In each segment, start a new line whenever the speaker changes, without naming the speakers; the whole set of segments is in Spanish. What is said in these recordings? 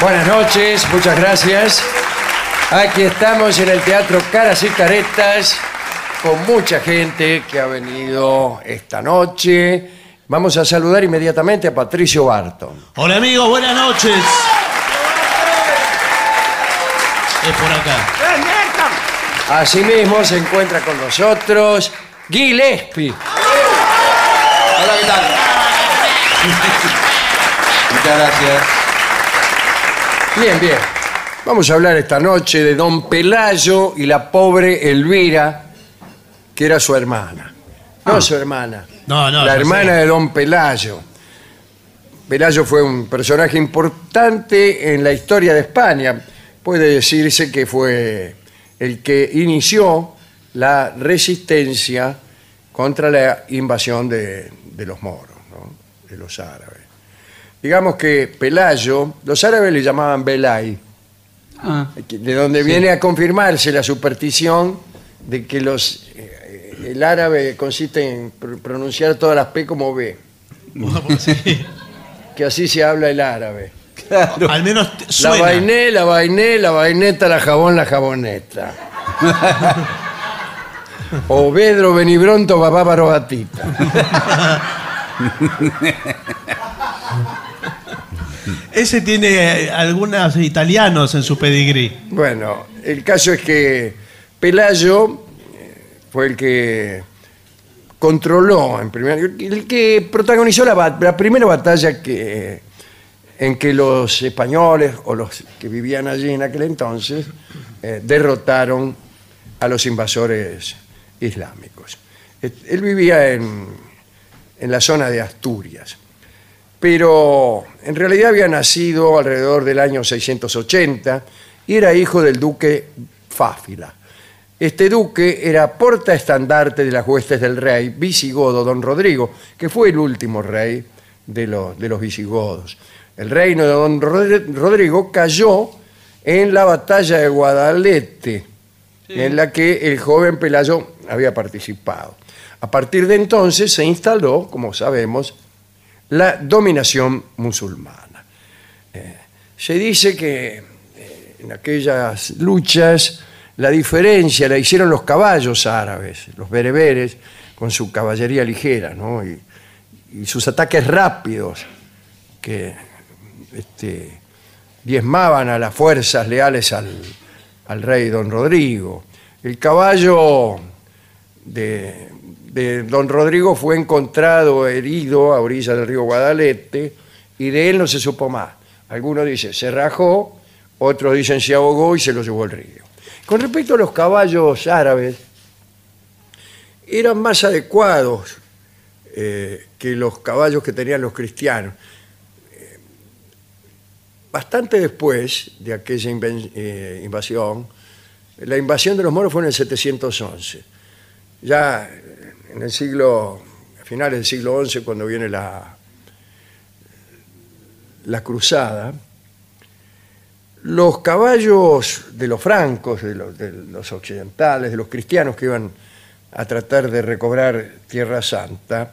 Buenas noches, muchas gracias. Aquí estamos en el Teatro Caras y Caretas con mucha gente que ha venido esta noche. Vamos a saludar inmediatamente a Patricio Barton.
Hola amigos, buenas noches. Es por acá.
Asimismo se encuentra con nosotros Gillespie.
Hola, ¿qué tal? Muchas gracias.
Bien, bien. Vamos a hablar esta noche de don Pelayo y la pobre Elvira, que era su hermana. No su hermana.
No, no,
La
ya
hermana
sé.
de don Pelayo. Pelayo fue un personaje importante en la historia de España. Puede decirse que fue el que inició la resistencia contra la invasión de, de los moros, ¿no? de los árabes. Digamos que Pelayo, los árabes le llamaban Belay, de donde viene a confirmarse la superstición de que los eh, el árabe consiste en pr- pronunciar todas las P como B,
Sí.
que así se habla el árabe.
Al menos t-
La
suena.
vainé, la vainé, la vaineta, la jabón, la jaboneta. o Bedro Benibronto Babávaro Gatita.
Ese tiene eh, algunos italianos en su pedigrí.
Bueno, el caso es que Pelayo eh, fue el que controló en primer el que protagonizó la, bat- la primera batalla que en que los españoles o los que vivían allí en aquel entonces eh, derrotaron a los invasores islámicos. Et- Él vivía en, en la zona de Asturias, pero en realidad había nacido alrededor del año 680 y era hijo del duque Fáfila. Este duque era porta estandarte de las huestes del rey visigodo don Rodrigo, que fue el último rey de los, de los visigodos. El reino de don Rodri- Rodrigo cayó en la batalla de Guadalete, en la que el joven Pelayo había participado. A partir de entonces se instaló, como sabemos, la dominación musulmana. Eh, se dice que eh, en aquellas luchas La diferencia la hicieron los caballos árabes, los bereberes, con su caballería ligera, ¿no? Y, y sus ataques rápidos que este, diezmaban a las fuerzas leales al, al rey don Rodrigo. El caballo de, de don Rodrigo fue encontrado herido a orilla del río Guadalete y de él no se supo más. Algunos dicen se rajó, otros dicen se ahogó y se lo llevó el río. Con respecto a los caballos árabes, eran más adecuados eh, que los caballos que tenían los cristianos. Eh, Bastante después de aquella inven- eh, invasión, la invasión de los moros fue en el 711. Ya en el siglo, a finales del siglo XI, cuando viene la, la cruzada, los caballos de los francos, de los, de los occidentales, de los cristianos que iban a tratar de recobrar Tierra Santa,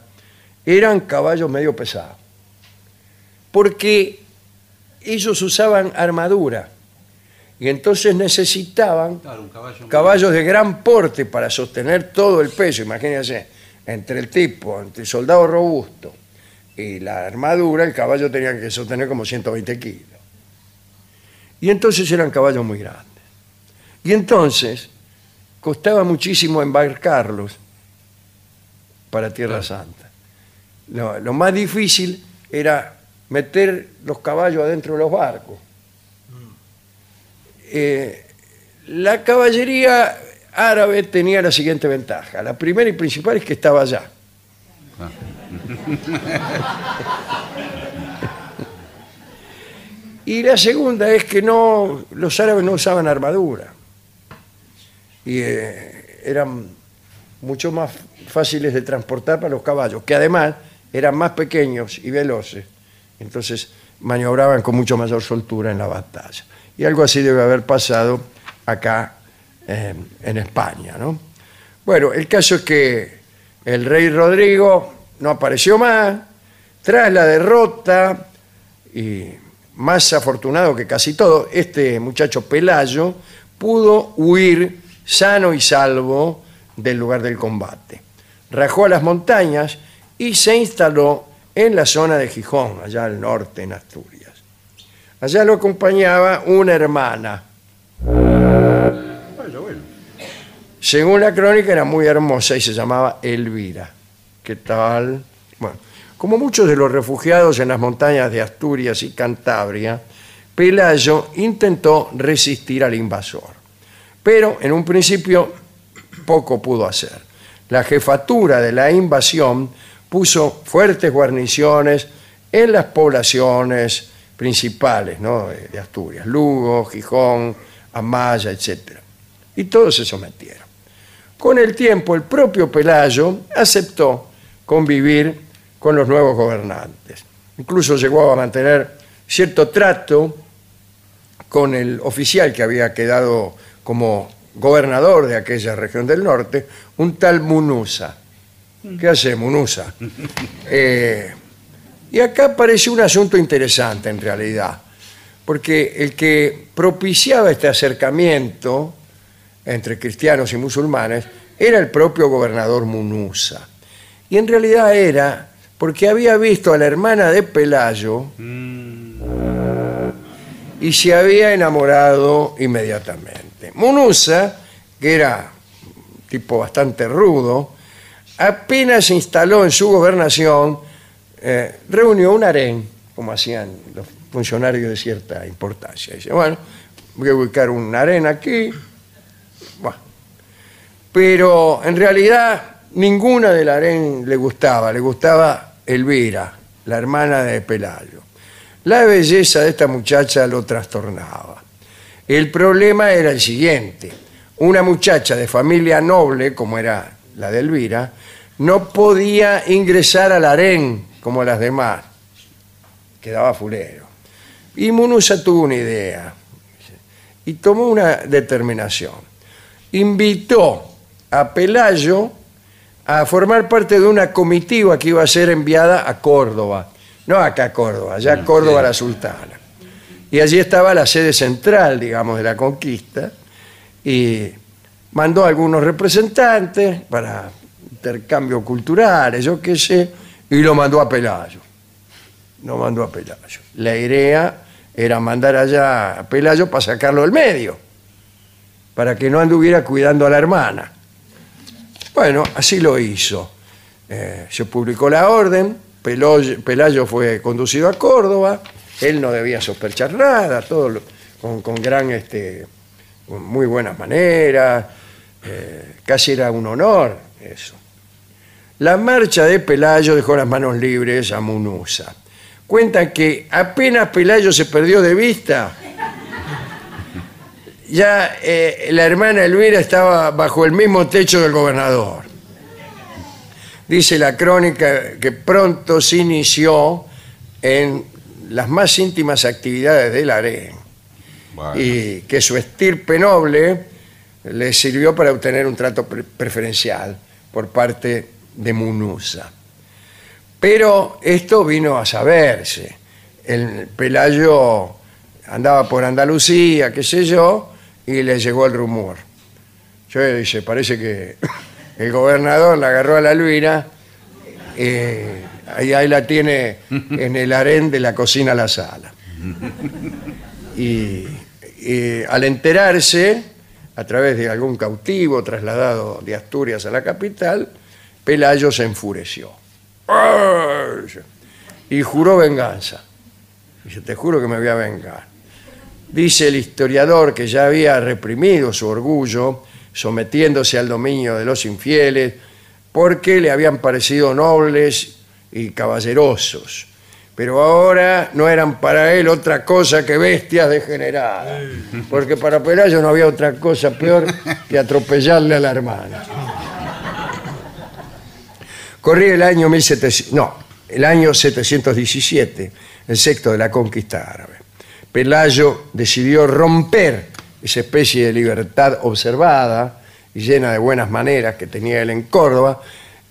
eran caballos medio pesados. Porque ellos usaban armadura y entonces necesitaban caballos de gran porte para sostener todo el peso. Imagínense, entre el tipo, entre el soldado robusto y la armadura, el caballo tenía que sostener como 120 kilos. Y entonces eran caballos muy grandes. Y entonces costaba muchísimo embarcarlos para Tierra Santa. Lo, lo más difícil era meter los caballos adentro de los barcos. Eh, la caballería árabe tenía la siguiente ventaja. La primera y principal es que estaba allá. Y la segunda es que no, los árabes no usaban armadura. Y eh, eran mucho más fáciles de transportar para los caballos, que además eran más pequeños y veloces. Entonces maniobraban con mucho mayor soltura en la batalla. Y algo así debe haber pasado acá eh, en España, ¿no? Bueno, el caso es que el rey Rodrigo no apareció más. Tras la derrota y más afortunado que casi todo, este muchacho Pelayo pudo huir sano y salvo del lugar del combate. Rajó a las montañas y se instaló en la zona de Gijón, allá al norte, en Asturias. Allá lo acompañaba una hermana. Según la crónica era muy hermosa y se llamaba Elvira. ¿Qué tal? Bueno, como muchos de los refugiados en las montañas de Asturias y Cantabria, Pelayo intentó resistir al invasor. Pero en un principio poco pudo hacer. La jefatura de la invasión puso fuertes guarniciones en las poblaciones principales ¿no? de de Asturias, Lugo, Gijón, Amaya, etcétera y todos se sometieron. Con el tiempo, el propio Pelayo aceptó convivir con los nuevos gobernantes. Incluso llegó a mantener cierto trato con el oficial que había quedado como gobernador de aquella región del norte, un tal Munuza. ¿Qué hace Munuza? Eh, y acá aparece un asunto interesante en realidad, porque el que propiciaba este acercamiento, entre cristianos y musulmanes era el propio gobernador Munuza. Y en realidad era porque había visto a la hermana de Pelayo y se había enamorado inmediatamente. Munuza, que era un tipo bastante rudo, apenas se instaló en su gobernación, eh, reunió un harén, como hacían los funcionarios de cierta importancia. Dice, bueno, voy a ubicar un harén aquí, bueno. Pero en realidad ninguna del harén le gustaba, le gustaba Elvira, la hermana de Pelayo. La belleza de esta muchacha lo trastornaba. El problema era el siguiente. Una muchacha de familia noble, como era la de Elvira, no podía ingresar al harén como las demás. Quedaba fulero. Y Munuza tuvo una idea y tomó una determinación. Invitó a Pelayo a formar parte de una comitiva que iba a ser enviada a Córdoba. No acá a Córdoba, allá a Córdoba la Sultana. Y allí estaba la sede central, digamos, de la conquista. Y mandó a algunos representantes para intercambios culturales, yo qué sé, y lo mandó a Pelayo. Lo mandó a Pelayo. La idea era mandar allá a Pelayo para sacarlo del medio, para que no anduviera cuidando a la hermana. Bueno, así lo hizo. Eh, se publicó la orden, Peloy- Pelayo fue conducido a Córdoba, él no debía sospechar nada, todo lo- con, con gran, este, con muy buenas maneras, eh, casi era un honor eso. La marcha de Pelayo dejó las manos libres a Munuza. Cuentan que apenas Pelayo se perdió de vista, ya eh, la hermana Elvira estaba bajo el mismo techo del gobernador. Dice la crónica que pronto se inició en las más íntimas actividades del harén
Bueno,
y que su estirpe noble le sirvió para obtener un trato pre- preferencial por parte de Munuza. Pero esto vino a saberse. El Pelayo andaba por Andalucía, qué sé yo, y le llegó el rumor. Yo dice, parece que el gobernador la agarró a la Elvira, eh, ahí, ahí la tiene en el harén de la cocina a la sala y, y al enterarse, a través de algún cautivo trasladado de Asturias a la capital, Pelayo se enfureció. ¡Ay! Y juró venganza. Dice, te juro que me voy a vengar. Dice el historiador que ya había reprimido su orgullo, sometiéndose al dominio de los infieles, porque le habían parecido nobles y caballerosos. Pero ahora no eran para él otra cosa que bestias degeneradas. Porque para Pelayo no había otra cosa peor que atropellarle a la hermana. Corría el año 1700, no, el año 717, el sexto de la conquista árabe. Pelayo decidió romper esa especie de libertad observada y llena de buenas maneras que tenía él en Córdoba,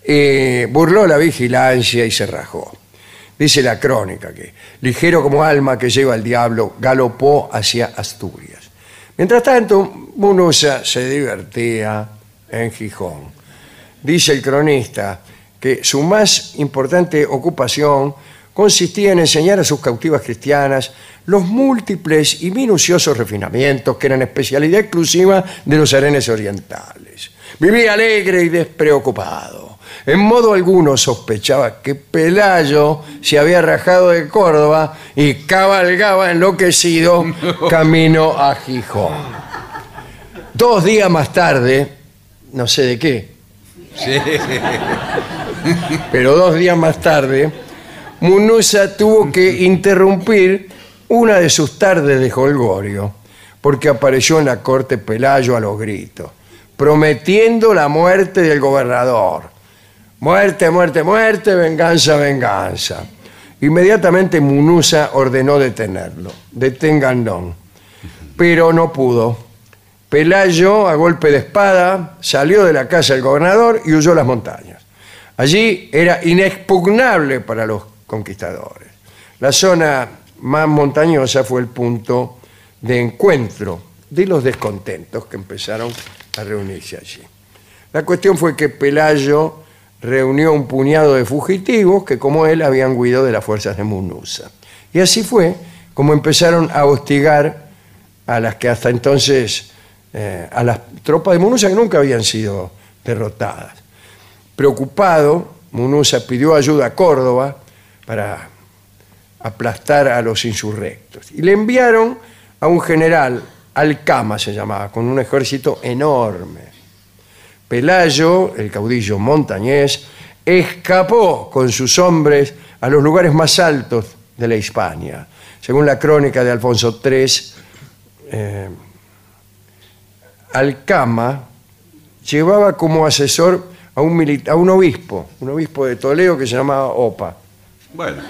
eh, burló la vigilancia y se rajó. Dice la crónica que, ligero como alma que lleva el diablo, galopó hacia Asturias. Mientras tanto, Munuza se divertía en Gijón dice el cronista, que su más importante ocupación consistía en enseñar a sus cautivas cristianas los múltiples y minuciosos refinamientos que eran especialidad exclusiva de los arenes orientales. Vivía alegre y despreocupado. En modo alguno sospechaba que Pelayo se había rajado de Córdoba y cabalgaba enloquecido camino a Gijón. Dos días más tarde, no sé de qué, pero dos días más tarde, Munuza tuvo que interrumpir una de sus tardes de jolgorio, porque apareció en la corte Pelayo a los gritos, prometiendo la muerte del gobernador. Muerte, muerte, muerte, venganza, venganza. Inmediatamente Munuza ordenó detenerlo. Deténganlo. Pero no pudo. Pelayo, a golpe de espada, salió de la casa del gobernador y huyó a las montañas. Allí era inexpugnable para los conquistadores. La zona más montañosa fue el punto de encuentro de los descontentos que empezaron a reunirse allí. La cuestión fue que Pelayo reunió un puñado de fugitivos que como él habían huido de las fuerzas de Munuza. Y así fue como empezaron a hostigar a las que hasta entonces, eh, a las tropas de Munuza que nunca habían sido derrotadas. Preocupado, Munuza pidió ayuda a Córdoba para aplastar a los insurrectos. Y le enviaron a un general, Alcama se llamaba, con un ejército enorme. Pelayo, el caudillo montañés, escapó con sus hombres a los lugares más altos de la Hispania. Según la crónica de Alfonso III, eh, Alcama llevaba como asesor a un, mili- a un obispo, un obispo de Toledo que se llamaba Opa.
bueno.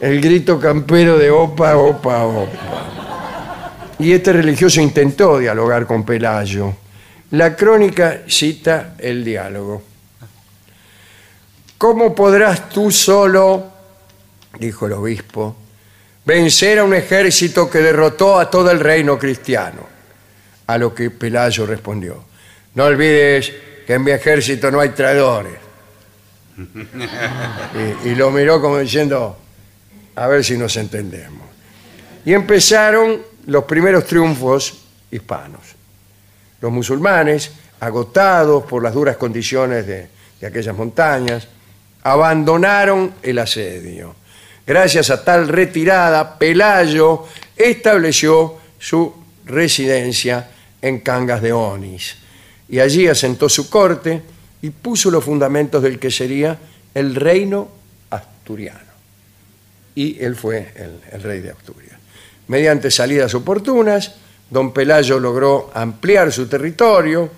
El grito campero de opa, opa, opa. Y este religioso intentó dialogar con Pelayo. La crónica cita el diálogo. ¿Cómo podrás tú solo, dijo el obispo, vencer a un ejército que derrotó a todo el reino cristiano? a lo que Pelayo respondió. No olvides que en mi ejército no hay traidores. Y, y lo miró como diciendo, a ver si nos entendemos. Y empezaron los primeros triunfos hispanos. Los musulmanes, agotados por las duras condiciones de, de aquellas montañas, abandonaron el asedio. Gracias a tal retirada, Pelayo estableció su residencia en Cangas de Onis. Y allí asentó su corte y puso los fundamentos del que sería el reino asturiano. Y él fue el, el rey de Asturias. Mediante salidas oportunas, don Pelayo logró ampliar su territorio,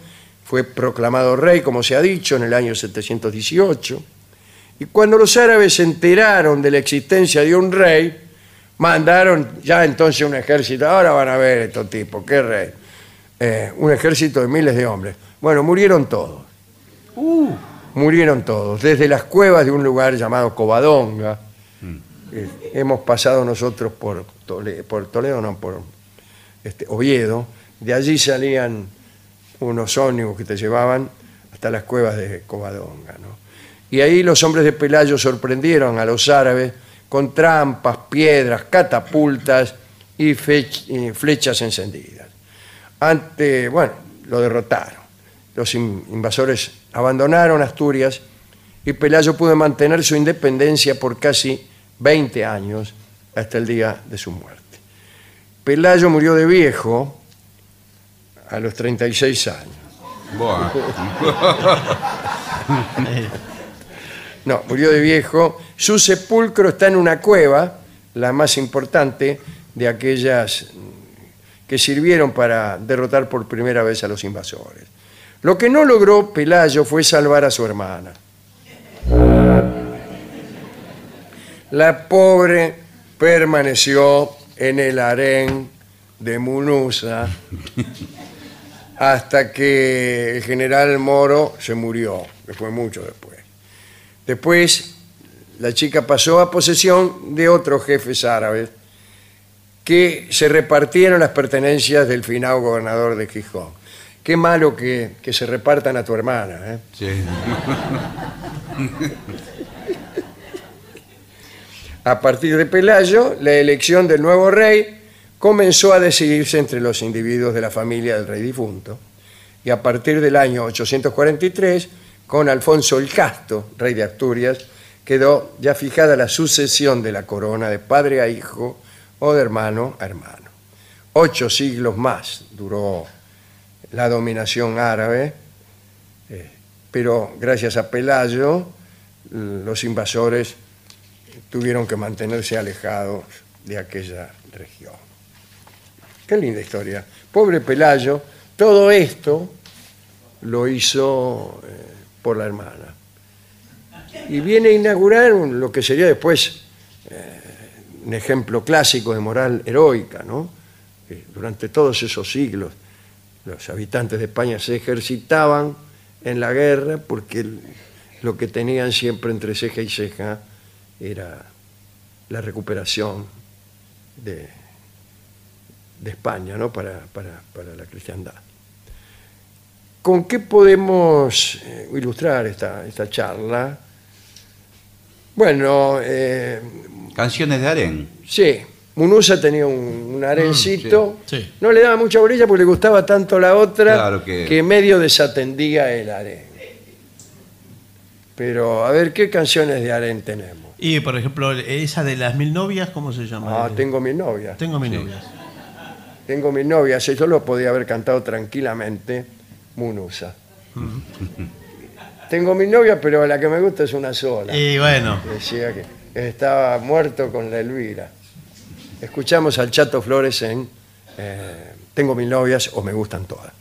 fue proclamado rey, como se ha dicho, en el año 718. Y cuando los árabes se enteraron de la existencia de un rey, mandaron ya entonces un ejército. Ahora van a ver estos tipos, qué rey. Eh, un ejército de miles de hombres. Bueno, murieron todos. Murieron todos. Desde las cuevas de un lugar llamado Covadonga. Eh, hemos pasado nosotros por, Tole- por Toledo, no, por este, Oviedo. De allí salían unos ómnibus que te llevaban hasta las cuevas de Covadonga. ¿no? Y ahí los hombres de Pelayo sorprendieron a los árabes con trampas, piedras, catapultas y fech- y flechas encendidas. Ante, bueno, lo derrotaron. Los in- invasores abandonaron Asturias y Pelayo pudo mantener su independencia por casi 20 años hasta el día de su muerte. Pelayo murió de viejo a los 36 años.
Bueno.
No, murió de viejo. Su sepulcro está en una cueva, la más importante de aquellas mm, que sirvieron para derrotar por primera vez a los invasores. Lo que no logró Pelayo fue salvar a su hermana. La pobre permaneció en el harén de Munuza hasta que el general Moro se murió, que fue mucho después. Después, la chica pasó a posesión de otros jefes árabes que se repartieron las pertenencias del finado gobernador de Gijón. Qué malo que, que se repartan a tu hermana. ¿eh?
Sí.
A partir de Pelayo, la elección del nuevo rey comenzó a decidirse entre los individuos de la familia del rey difunto. Y a partir del año 843, con Alfonso el Casto, rey de Asturias, quedó ya fijada la sucesión de la corona de padre a hijo o de hermano a hermano. Ocho siglos más duró la dominación árabe, eh, pero gracias a Pelayo, los invasores tuvieron que mantenerse alejados de aquella región. Qué linda historia. Pobre Pelayo, todo esto lo hizo eh, por la hermana. Y viene a inaugurar un- lo que sería después eh, un ejemplo clásico de moral heroica, ¿no? Que durante todos esos siglos los habitantes de España se ejercitaban en la guerra porque el- lo que tenían siempre entre ceja y ceja era la recuperación de, de España ¿no? para, para- para la cristiandad. ¿Con qué podemos eh, ilustrar esta, esta charla? Bueno, eh,
Canciones de Aren.
sí, Munuza tenía un, un arencito,
Mm, sí, sí.
no le daba mucha bolilla porque le gustaba tanto la otra
Claro que-
medio desatendía el aren. Pero a ver, ¿qué canciones de aren tenemos?
Y por ejemplo, esa de las mil novias, ¿cómo se llama?
Ah, tengo mi novia.
Eh, Tengo mil novias.
Tengo mi novia, si yo lo podía haber cantado tranquilamente, Munusa. Tengo mi novia, pero la que me gusta es una sola.
Eh.
Y bueno,
Decía que estaba muerto con la Elvira. Escuchamos al Chato Flores en eh, Tengo mil novias o me gustan todas.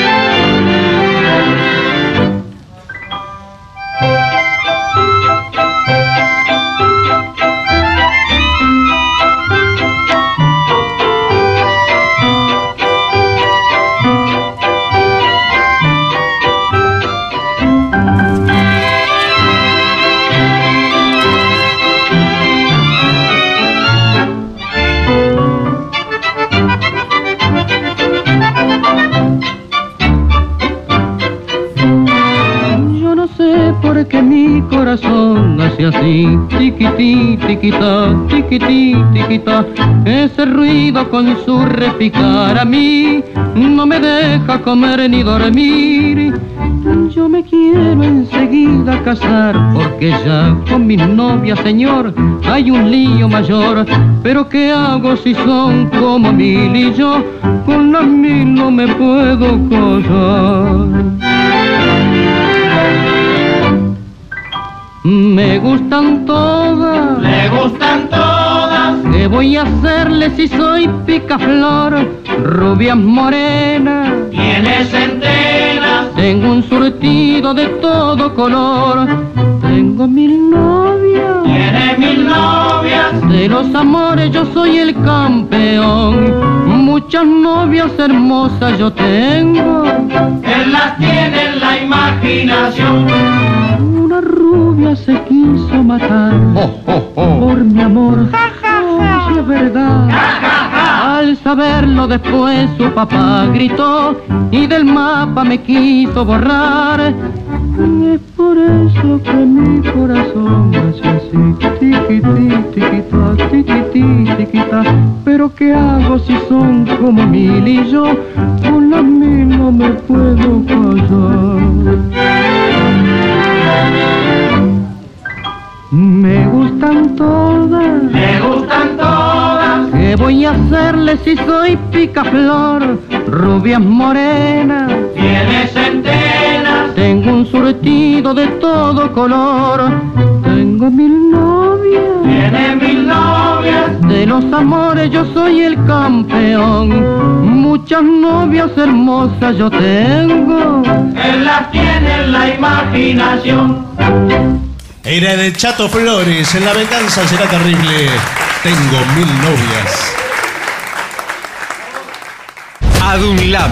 Tengo corazón hace así, tiquití, tiquitá, tiquití, tiquitá. Ese ruido con su repicar a mí no me deja comer ni dormir. Yo me quiero enseguida casar, porque ya con mis novias, señor, hay un lío mayor. Pero ¿qué hago si son como mil y yo con las mil no me puedo casar? Me gustan todas. Me gustan todas. ¿Qué voy a hacerle si soy picaflor? Rubias morenas. Tienes centenas. Tengo un surtido de todo color. Tengo mil novias. Tienes mil novias. De los amores yo soy el campeón. Muchas novias hermosas yo tengo. Él las tiene en la imaginación. Una rubia se quiso matar por mi amor. Oh, sí es verdad. Al saberlo después su papá gritó y del mapa me quiso borrar. Es por eso que mi corazón hace así, tiquití, tiquitá, tiquití, tiquitá. Pero ¿qué hago si son como mil y yo con la mil no me puedo callar? Me gustan todas. Me gustan todas. ¿Qué voy a hacerle si soy picaflor? Rubias morenas. Tiene centenas. Tengo un surtido de todo color. Tengo mil novias. Tiene mil novias. De los amores yo soy el campeón. Muchas novias hermosas yo tengo. Él las tiene en la imaginación.
Era de Chato Flores, en la venganza será terrible. Tengo mil novias.
Adunilam,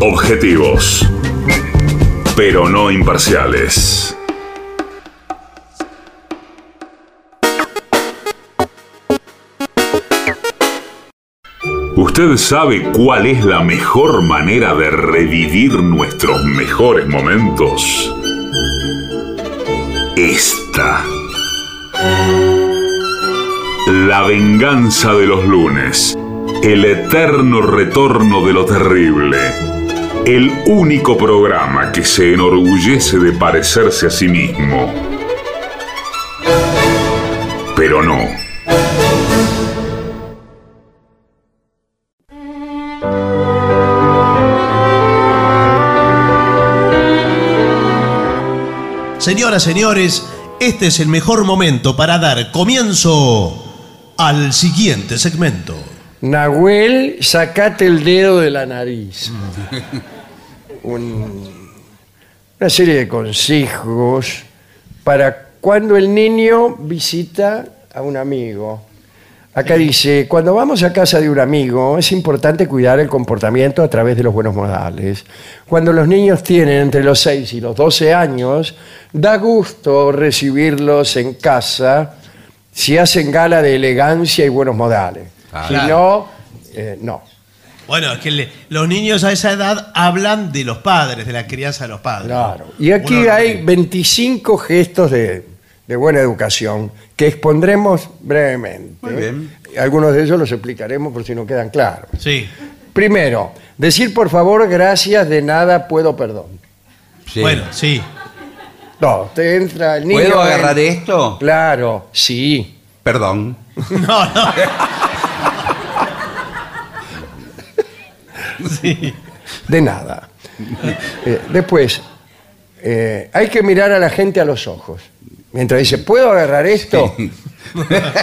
Objetivos, pero no imparciales. ¿Usted sabe cuál es la mejor manera de revivir nuestros mejores momentos? Esta. La venganza de los lunes. El eterno retorno de lo terrible. El único programa que se enorgullece de parecerse a sí mismo. Pero no.
Señoras, señores, este es el mejor momento para dar comienzo al siguiente segmento.
Nahuel, sacate el dedo de la nariz. Un- una serie de consejos para cuando el niño visita a un amigo. Acá dice, cuando vamos a casa de un amigo es importante cuidar el comportamiento a través de los buenos modales. Cuando los niños tienen entre los 6 y los 12 años, da gusto recibirlos en casa si hacen gala de elegancia y buenos modales.
Ah.
si
Claro.
no, eh, no.
Bueno, es que le- los niños a esa edad hablan de los padres, de la crianza de los padres.
Claro. Y aquí
Uno-
hay 25 gestos de, de buena educación que expondremos brevemente.
Muy bien.
Algunos de ellos los explicaremos por si no quedan claros.
Sí.
Primero, decir por favor gracias, de nada puedo perdón.
Sí.
Bueno, sí.
No, te entra el niño.
¿Puedo agarrar
en-
esto?
Claro, sí.
Perdón.
No, no. Sí.
De nada. Eh, después, eh, hay que mirar a la gente a los ojos. Mientras dice, ¿puedo agarrar esto?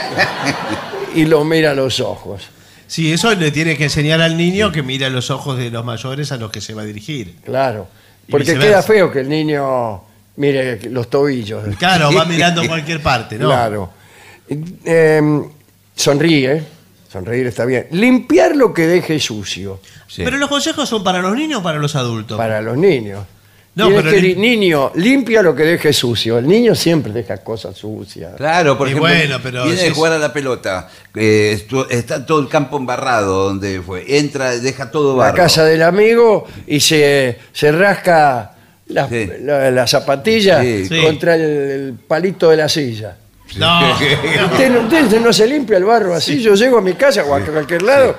y lo mira a los ojos.
Sí, eso le tiene que enseñar al niño que mira los ojos de los mayores a los que se va a dirigir.
Claro.
Y
Porque
viceversa.
queda feo que el niño mire los tobillos.
Claro, va mirando cualquier parte, ¿no?
Claro. Eh, sonríe, sonreír está bien. Limpiar lo que deje sucio
Pero los consejos son para los niños o para los adultos.
para los niños.
No,
Tienes
pero
que
el-
li- niño, limpia lo que deje sucio. El niño siempre deja cosas sucias.
Claro, por
Y
ejemplo,
bueno, pero
viene
si
de
es-
jugar a la pelota, eh, estu- está todo el campo embarrado donde fue, entra, deja todo
la
barro.
casa del amigo y se, se rasca la,
Sí.
la- la zapatilla
Sí.
Sí.
contra el, el palito de la silla.
No.
Usted, no- usted no se limpia el barro así. Yo llego a mi casa o a cualquier lado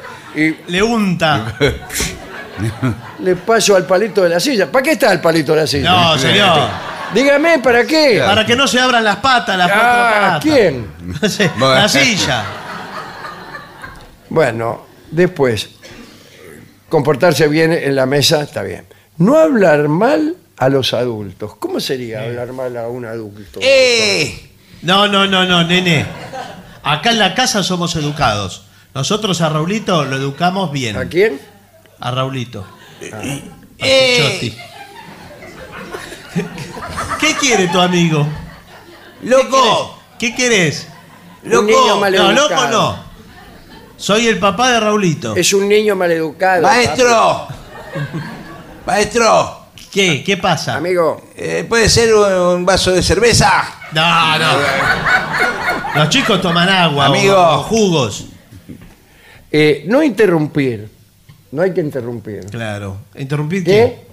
Le unta.
y le paso al palito de la silla. ¿Para qué está el palito de la silla?
No, señor.
Dígame, ¿para qué?
Para que no se abran las patas, las cuatro
Ah,
patas.
¿Quién?
No sé, la silla.
Bueno, después, comportarse bien en la mesa está bien. No hablar mal a los adultos. ¿Cómo sería hablar mal a un adulto?
¡Eh!
No, no, no, no, nene. Acá en la casa somos educados. Nosotros a Raulito lo educamos bien.
¿A quién?
A Raulito.
Ah,
A
Eh.
Pichotti. ¿Qué quiere tu amigo?
¡Loco!
¿Qué querés?
Un niño
No,
maleducado.
loco no. Soy el papá de Raulito.
Es un niño maleducado.
¡Maestro! ¡Maestro!
¿Qué? ¿Qué
papi.
pasa?
Amigo,
eh, ¿Puede ser un, un vaso de cerveza?
No, no. Los chicos toman agua, o-
Amigo.
o jugos.
eh, no interrumpir. No hay que interrumpir.
Claro. ¿Interrumpir
¿Qué?
qué?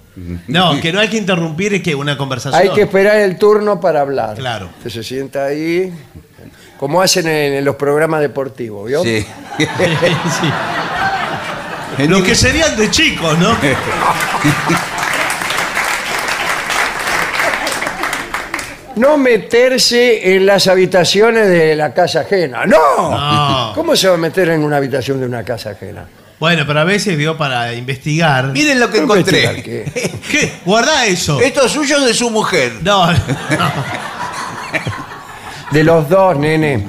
No, que no hay que interrumpir es que una conversación.
Hay que esperar el turno para hablar.
Claro.
Usted se sienta ahí, como hacen en, en los programas deportivos, ¿vio?
Sí.
Sí. Los que serían de chicos, ¿no?
No meterse en las habitaciones de la casa ajena. ¡No!
No.
¿Cómo se va a meter en una habitación de una casa ajena?
Bueno, pero a veces vio para investigar.
Miren lo que
No
encontré.
investigar, ¿qué?
¿Qué? Guardá eso.
Esto es suyo de su mujer.
No, no.
De los dos, nene.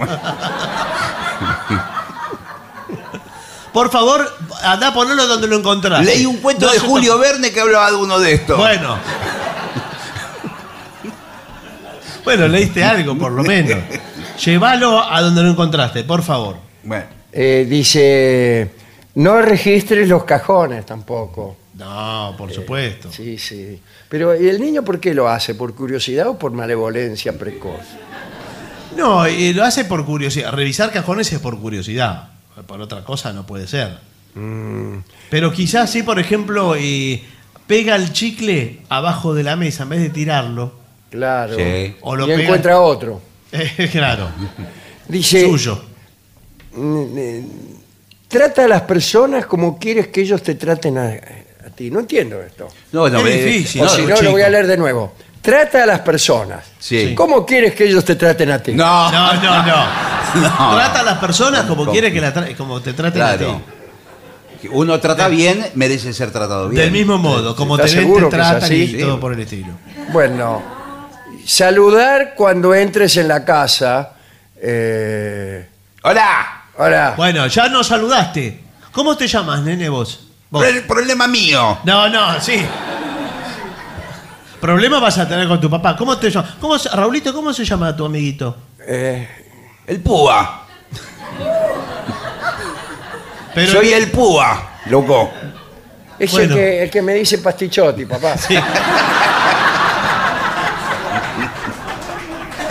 Por favor, andá a ponerlo donde lo encontrás.
Leí un cuento
Ah, No
de
se-
Julio Verne que hablaba de uno de estos.
Bueno. Bueno, leíste algo, por lo menos. Llévalo a donde lo encontraste, por favor.
Bueno.
Eh, dice, no registres los cajones tampoco.
No, por supuesto.
Sí, sí. Pero ¿y el niño por qué lo hace? ¿Por curiosidad o por malevolencia precoz?
No, eh, lo hace por curiosidad. Revisar cajones es por curiosidad. Por otra cosa no puede ser.
Mm.
Pero quizás sí, por ejemplo, eh, pega el chicle abajo de la mesa en vez de tirarlo.
Claro.
Sí.
O lo
y
pega-
encuentra otro.
Eh, claro,
Dice,
suyo.
mm, eh, trata a las personas como quieres que ellos te traten a, a ti. No entiendo esto.
No, no,
Es
eh,
difícil.
O
No,
si no, lo
chico.
voy a leer de nuevo. Trata a las personas.
Sí.
¿Cómo quieres que ellos te traten a ti?
No,
No, no, no.
No.
Trata a las personas como
Tampoco.
quiere que la tra- como te traten a
claro.
ti.
Uno trata bien, merece ser tratado bien.
Del mismo modo, como te
¿Estás
ven,
seguro
te
que es
tratan y
así?
todo por el estilo.
Bueno, saludar cuando entres en la casa. eh,
¡Hola!
ahora,
Bueno, ya nos saludaste. ¿Cómo te llamas, nene, vos? Vos.
Pro- problema mío.
No, no, sí. Problema vas a tener con tu papá. ¿Cómo te llamas? ¿Cómo, se- Raulito, ¿cómo se llama tu amiguito?
eh,
El púa.
Pero,
Soy el púa, loco.
es
Bueno.
el, que, el que me dice pastichotti, papá.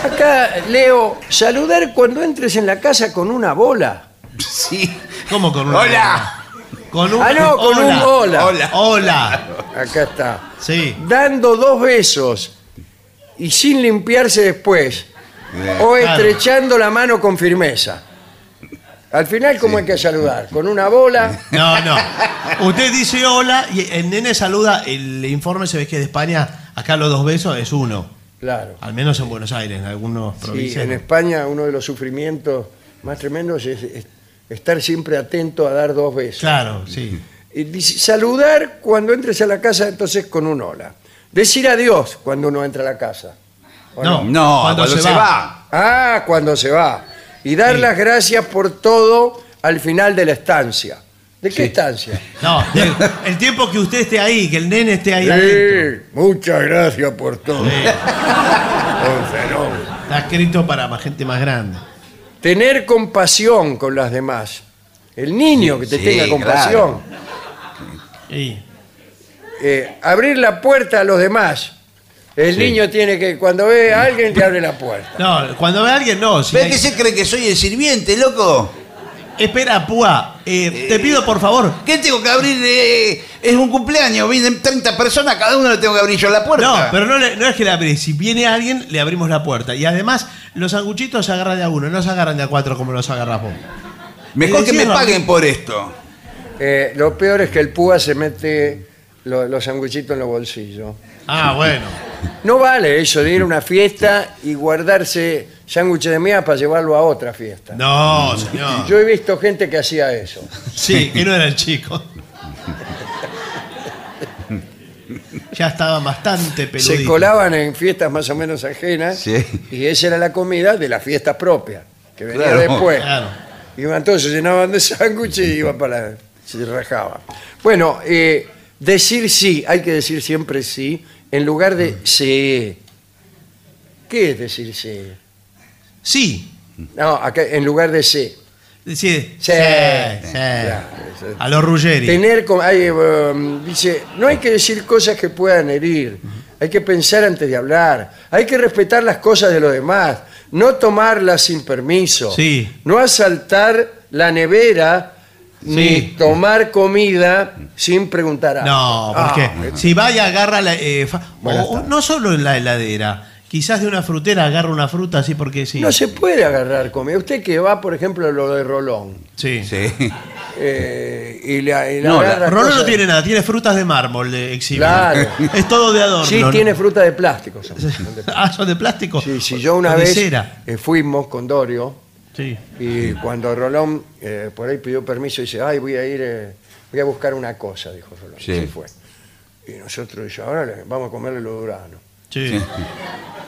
Acá leo, saludar cuando entres en la casa con una bola.
Sí.
¿Cómo con una
¡Hola!
bola? Con un,
Ah, no, con un bola.
Hola.
Hola.
Acá está.
Sí.
Dando dos besos y sin limpiarse después. O
Claro.
estrechando la mano con firmeza. Al final, ¿cómo hay que saludar? ¿Con una bola?
No, no. Usted dice hola y el nene saluda. El informe se ve que de España, acá los dos besos es uno.
Claro.
Al menos en Buenos Aires, en algunas
Sí,
provincias.
en
no.
España uno de los sufrimientos más tremendos es, es estar siempre atento a dar dos besos.
Claro, sí.
Y dice, saludar cuando entres a la casa, entonces con un hola. Decir adiós cuando uno entra a la casa. ¿o
No.
No,
Cuando
cuando,
se
se,
va.
va.
Ah, cuando se va. Y dar las gracias por todo al final de la estancia. ¿De qué estancia?
No, de- el tiempo que usted esté ahí, que el nene esté ahí.
Sí,
adentro.
muchas gracias por todo. Un fenómeno.
Está escrito para más gente más grande.
Tener compasión con las demás. El niño que te
sí,
tenga compasión.
Y
Eh, abrir la puerta a los demás. El niño tiene que, cuando ve a alguien, le abre la puerta.
No, cuando ve a alguien, no. si
¿Ves
hay-
que se cree que soy el sirviente, loco?
Espera, Púa, eh, te pido por favor.
¿Qué tengo que abrir? eh? es un cumpleaños, vienen 30 personas, cada uno le tengo que abrir yo la
No,
puerta.
pero no, le- no es que le abrís. Si viene alguien, le abrimos la puerta. Y además, los sanguchitos se agarran de a uno, no se agarran de a cuatro como los agarras vos.
Mejor
y
que me
decirlo.
paguen por esto.
Eh, lo peor es que el púa se mete lo- los sanguchitos en los bolsillos.
Ah, bueno.
No vale eso de ir a una fiesta y guardarse sándwiches de miga para llevarlo a otra fiesta.
No, señor.
Yo he visto gente que hacía eso.
Sí, que no eran chicos. Ya estaban bastante peluditos.
Se colaban en fiestas más o menos ajenas
Sí.
y esa era la comida de la fiesta propia, que venía
Claro.
después.
Claro.
Iban todos, se llenaban de sándwiches y iban para la- se rajaban. Bueno, eh, decir sí, hay que decir siempre sí, en lugar de
Mm.
sí. ¿Qué es decir sí?
Sí.
No, acá, en lugar de sí.
Sí. Sí. sí.
Ya, sí.
A los Ruggeri.
Tener, como- hay, um, dice, no hay que decir cosas que puedan herir, hay que pensar antes de hablar, hay que respetar las cosas de los demás, no tomarlas sin permiso,
Sí.
no asaltar la nevera, ni
Sí.
tomar comida sin preguntar algo.
No, porque
Ah,
si va y agarra la, eh, fa- o-
Buenas
o no solo en la heladera, quizás de una frutera agarra una fruta así porque sí.
No se puede agarrar comida. Usted que va, por ejemplo, a lo de Rolón.
Sí.
Sí.
eh, y la, y la
No,
agarra
Rolón no
cosas-
tiene nada, tiene frutas de mármol de exhibe.
Claro.
Es todo de adorno.
Sí,
¿no?
tiene fruta de plástico. son- son de-
Ah, son de plástico.
Sí, sí, yo
O
una
de
vez
cera.
eh, fuimos con Dorio
Sí.
y cuando Rolón eh, por ahí pidió permiso, dice, ay, voy a ir, eh, voy a buscar una cosa, dijo Rolón.
Sí.
Y se fue. Y nosotros dice, ahora le- vamos a comerle los duranos.
Sí.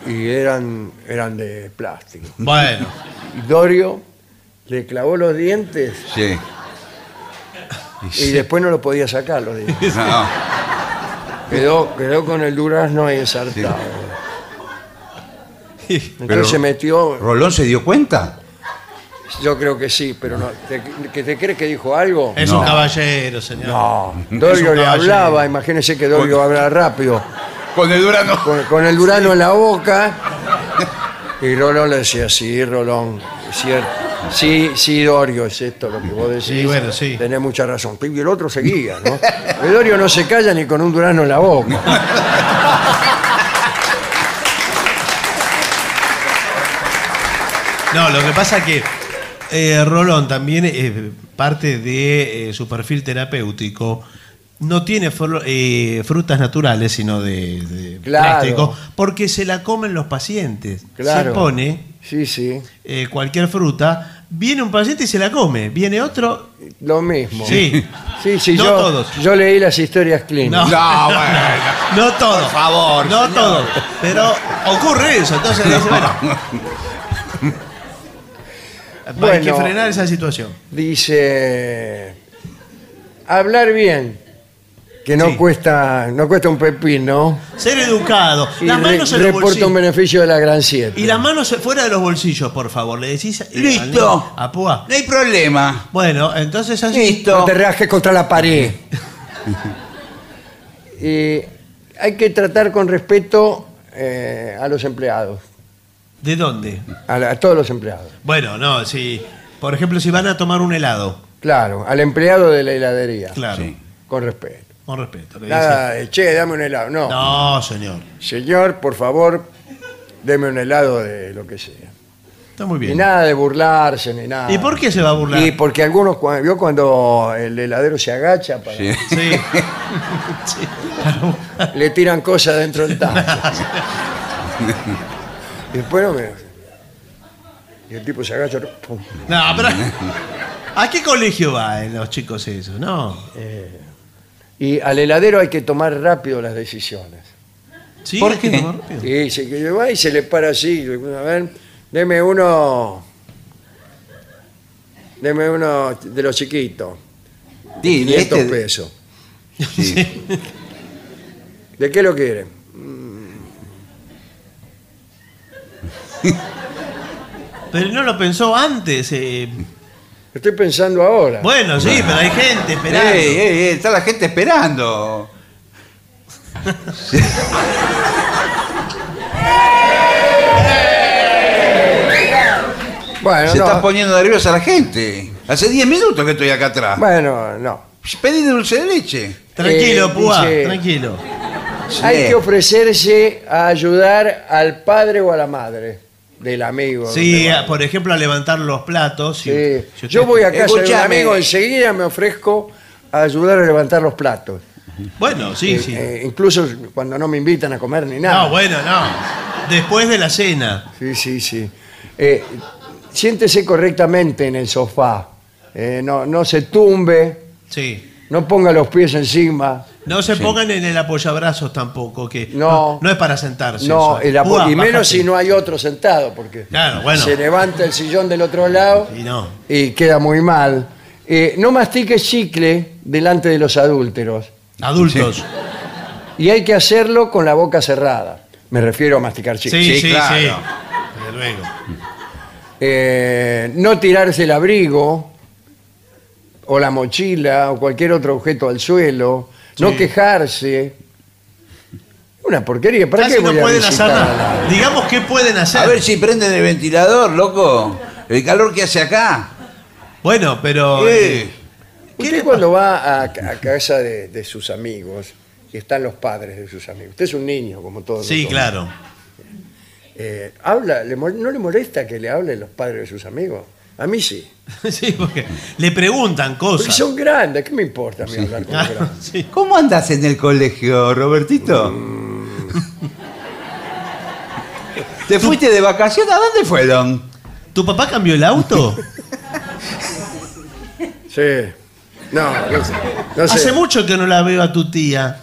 Y eran, eran de plástico.
Bueno.
Y Dorio le clavó los dientes
Sí.
y después no lo podía sacar los dientes.
No.
Quedó, quedó con el durazno ahí ensartado. Entonces
Pero-
se metió
¿Rolón se dio cuenta?
Yo creo que sí, pero no. ¿Te, que ¿Te crees que dijo algo?
Es
No.
un caballero, señor.
No.
Es un
Dorio le
caballero.
hablaba, imagínense que Dorio habla rápido.
Con el Durano.
Con, con el Durano en la boca. Y Rolón le decía, sí, Rolón, es cierto. Sí, sí, Dorio, es esto lo que vos decís.
Sí, bueno, sí.
Tenés mucha razón. Y el otro seguía, ¿no? El Dorio no se calla ni con un Durano en la boca.
No, lo que pasa que eh, Rolón también, eh, parte de eh, su perfil terapéutico, no tiene fro- eh, frutas naturales, sino de, de
Claro.
plástico, porque se la comen los pacientes.
Claro.
Se pone
Sí, sí.
eh, cualquier fruta, viene un paciente y se la come, viene otro,
Lo mismo.
sí.
Sí, sí,
No
yo,
todos.
yo leí las historias clínicas.
No,
No, bueno.
no todo.
Por favor,
No
señor.
todo. Pero ocurre eso, entonces dice, bueno. Hay que
Bueno.
frenar esa situación.
Dice hablar bien, que no
Sí.
cuesta, no cuesta un pepino.
Ser educado.
Y
Las
re-
manos en los
reporta un
bolsillos.
beneficio de la gran 7.
Y las manos fuera de los bolsillos, por favor. Le decís. eh,
Listo.
al- A Púa.
No hay problema.
Bueno, entonces así.
Listo.
No te rajes contra la pared. Y Eh, hay que tratar con respeto eh, a los empleados,
¿De dónde?
a, la- a todos los empleados.
Bueno, no, si. Por ejemplo, si van a tomar un helado.
Claro, al empleado de la heladería.
Claro.
Sí.
Con respeto.
Con respeto. le
Nada, de, che, dame un helado. No.
decís. No, señor.
Señor, por favor, deme un helado de lo que sea.
Está muy
Ni
bien.
nada de burlarse, ni nada.
¿Y por qué se va a burlar?
Y porque algunos, cua- vio cuando el heladero se agacha, para-
Sí.
Sí. Sí. Claro.
le tiran cosas dentro del tacho. y después no me... Y el tipo se agacha. pum.
No, pero. ¿A qué colegio van los chicos esos? No.
Y al heladero hay que tomar rápido las decisiones.
Sí,
¿Por
hay que
qué?
tomar rápido.
Y se que va y se le para así. A ver, deme uno... Deme uno de los chiquitos.
Martín,
500
este-
pesos.
Sí.
¿De qué lo quieren?
Pero no lo pensó antes. eh.
Estoy pensando ahora.
Bueno, sí, pero hay gente esperando.
Ey, ey, ey, está la gente esperando.
bueno,
Se
no.
está poniendo nerviosa la gente. Hace 10 minutos que estoy acá atrás.
Bueno, no.
Pedí dulce de leche.
Tranquilo,
Eh,
Púa,
dice-
tranquilo.
Hay
Sí.
que ofrecerse a ayudar al padre o a la madre del amigo.
Sí,
del
a- por ejemplo, a levantar los platos. si-
Sí.
si usted-
Yo voy a casa de un
Escuchame.
amigo, enseguida me ofrezco a ayudar a levantar los platos.
Bueno, sí,
Eh,
sí.
eh, incluso cuando no me invitan a comer ni nada.
No, bueno, no. Después de la cena.
Sí, sí, sí. Eh, siéntese correctamente en el sofá. Eh, no, no se tumbe,
Sí.
no ponga los pies encima.
No se pongan en el apoyabrazos tampoco, que
No.
no, no es para sentarse.
No,
eso.
el apo-
Púa,
y menos
bájate.
si no hay otro sentado, porque
Claro, bueno.
se levanta el sillón del otro lado
Y no.
y queda muy mal. Eh, no mastique chicle delante de los adúlteros
Adultos.
y hay que hacerlo con la boca cerrada. Me refiero a masticar
Sí,
chicle.
sí, sí.
Sí, claro.
Desde luego.
Eh, no tirarse el abrigo o la mochila o cualquier otro objeto al suelo, no quejarse. Una porquería, ¿para
Casi
qué
no
voy a
pueden hacer
visitar a la-
nada. Digamos qué pueden hacer.
A ver si prenden el ventilador, loco. El calor que hace acá.
Bueno, pero.
Eh,
eh, ¿Qué
Usted
le
cuando va a, a casa de, de sus amigos y están los padres de sus amigos, usted es un niño como todos
sí,
nosotros.
claro.
Eh, habla, le mol- ¿No le molesta que le hablen los padres de sus amigos? A mí sí.
sí, porque le preguntan
Porque
cosas.
son grandes, ¿qué me importa a mí hablar con los
Claro,
grandes?
sí.
¿Cómo andas en el colegio, Robertito? Mm. ¿Te fuiste de vacaciones? ¿A dónde fueron?
¿Tu papá cambió el auto?
Sí. No, no sé. No sé.
Hace mucho que no la veo a tu tía.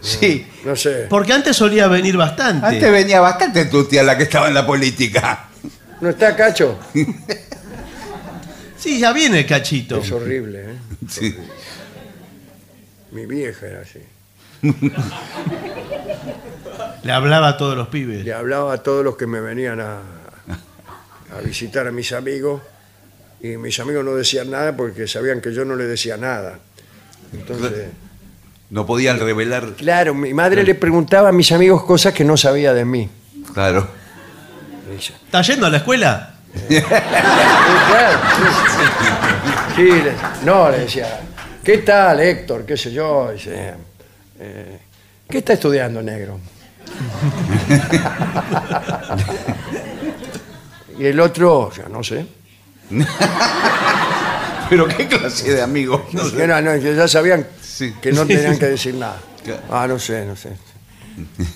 Sí.
No sé.
Porque antes solía venir bastante.
Antes venía bastante tu tía la que estaba en la política.
¿No está Cacho?
Sí, ya viene el cachito.
Es horrible, ¿eh?
Sí.
Mi vieja era así.
Le hablaba a todos los pibes.
Le hablaba a todos los que me venían a, a visitar a mis amigos y mis amigos no decían nada porque sabían que yo no les decía nada. Entonces,
No podían revelar.
claro, mi madre le preguntaba a mis amigos cosas que no sabía de mí.
Claro.
Me dice,
¿Está yendo a la escuela?
"Sí, claro, sí, sí". Sí, le- no, le decía, ¿qué tal Héctor? ¿Qué sé yo? Dice, "Eh, ¿Qué está estudiando negro? y el otro, ya no sé.
Pero qué clase de amigo. No sé.
Era, no, que ya sabían
Sí.
que no tenían que decir nada.
Claro.
Ah, no sé, no sé.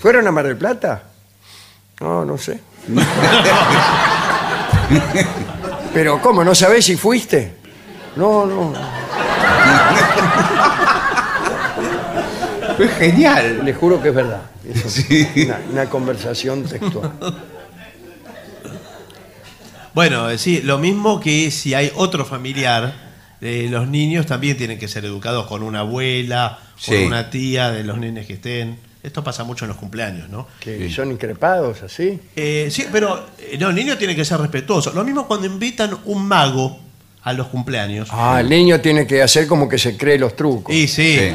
¿Fueron a Mar del Plata? No, no sé. Pero, ¿cómo? ¿No sabés si fuiste? No, no.
Fue genial.
Les juro que es verdad. Eso,
Sí.
una, una conversación textual.
Bueno, eh, sí, lo mismo que si hay otro familiar, eh, los niños también tienen que ser educados con una abuela, con
Sí.
una tía de los nenes que estén. Esto pasa mucho en los cumpleaños, ¿no?
Que son increpados así.
Eh, sí, pero eh, no, el niño tiene que ser respetuoso. Lo mismo cuando invitan un mago a los cumpleaños.
Ah, el niño tiene que hacer como que se cree los trucos.
Y sí.
Sí.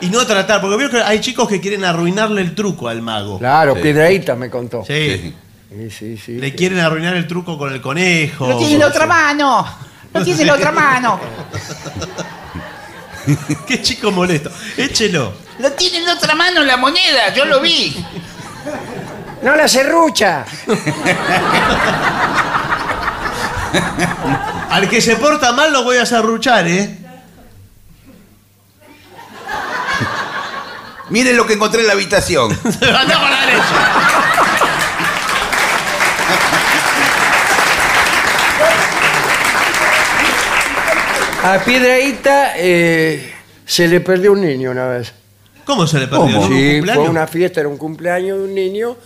Y no tratar, porque veo que hay chicos que quieren arruinarle el truco al mago.
Claro,
Sí.
Piedraíta me contó.
Sí.
Sí.
Sí, sí, sí.
Le quieren arruinar el truco con el conejo.
¡Lo tiene en la otra mano! ¡Lo tiene en la otra mano!
Qué chico molesto. Échelo.
¡Lo tiene en la otra mano la moneda! ¡Yo lo vi!
¡No la serrucha!
Al que se porta mal lo voy a serruchar, ¿eh?
Miren lo que encontré en la habitación.
Anda para la derecha.
A Piedraíta eh, se le perdió un niño una vez.
¿Cómo se le perdió? ¿En un
Sí,
cumpleaños?
fue una fiesta, era un cumpleaños de un niño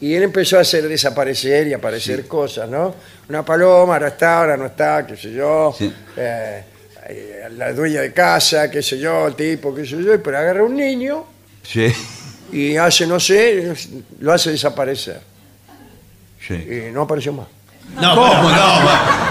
y él empezó a hacer desaparecer y aparecer cosas, ¿no? Una paloma, ahora está, ahora no está, qué sé yo.
Sí.
Eh, eh, a la dueña de casa, qué sé yo, el tipo, qué sé yo, pero agarra un niño
Sí,
y hace, no sé, lo hace desaparecer.
sí.
Y no apareció más.
No, pero- no, bueno,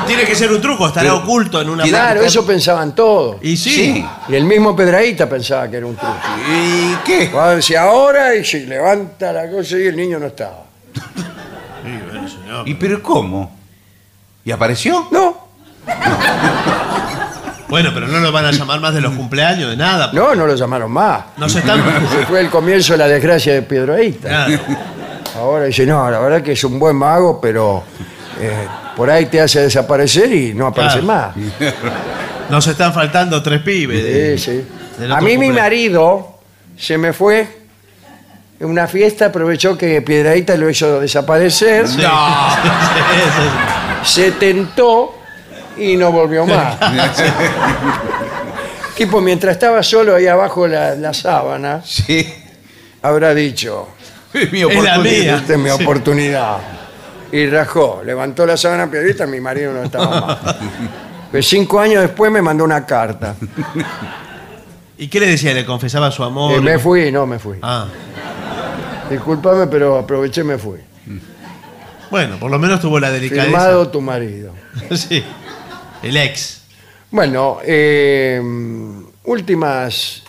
tiene que ser un truco, estará
Pero-
oculto en una.
Claro, eso pensaban todos.
Y Ah. sí.
Sí.
Y el mismo Pedraíta pensaba que era un truco.
¿Y qué?
Va a decir ahora y se levanta la cosa y el niño no estaba.
Sí, bueno, señor.
¿Y pero cómo? ¿Y apareció?
No,
Bueno, pero no lo van a llamar más de los cumpleaños, de nada.
no, no lo llamaron más.
No se están.
Ese fue el comienzo de la desgracia de Pedraíta.
Claro. Ah.
Ahora dice, no, la verdad que es un buen mago, pero eh, por ahí te hace desaparecer y no aparece
Claro.
más.
Nos están faltando tres pibes. de-
Sí, sí.
del
A
otro
mí mi
cumpleaños.
marido se me fue en una fiesta, aprovechó que Piedraíta lo hizo desaparecer,
Sí. Sí,
se tentó y no volvió más. tipo, mientras estaba solo ahí abajo la, la sábana,
Sí.
habrá dicho,
Es mi
Es la
oportunidad.
mía.
esta es mi
Sí.
oportunidad. Y rajó, levantó la sábana Piedraíta, mi marido no estaba más. Pero cinco años después me mandó una carta.
¿Y qué le decía? ¿Le confesaba su amor?
Eh, me fui, no me fui.
Ah.
Disculpame, pero aproveché y me fui.
Bueno, por lo menos tuvo la delicadeza.
Firmado tu marido.
Sí. El ex.
Bueno, eh, últimas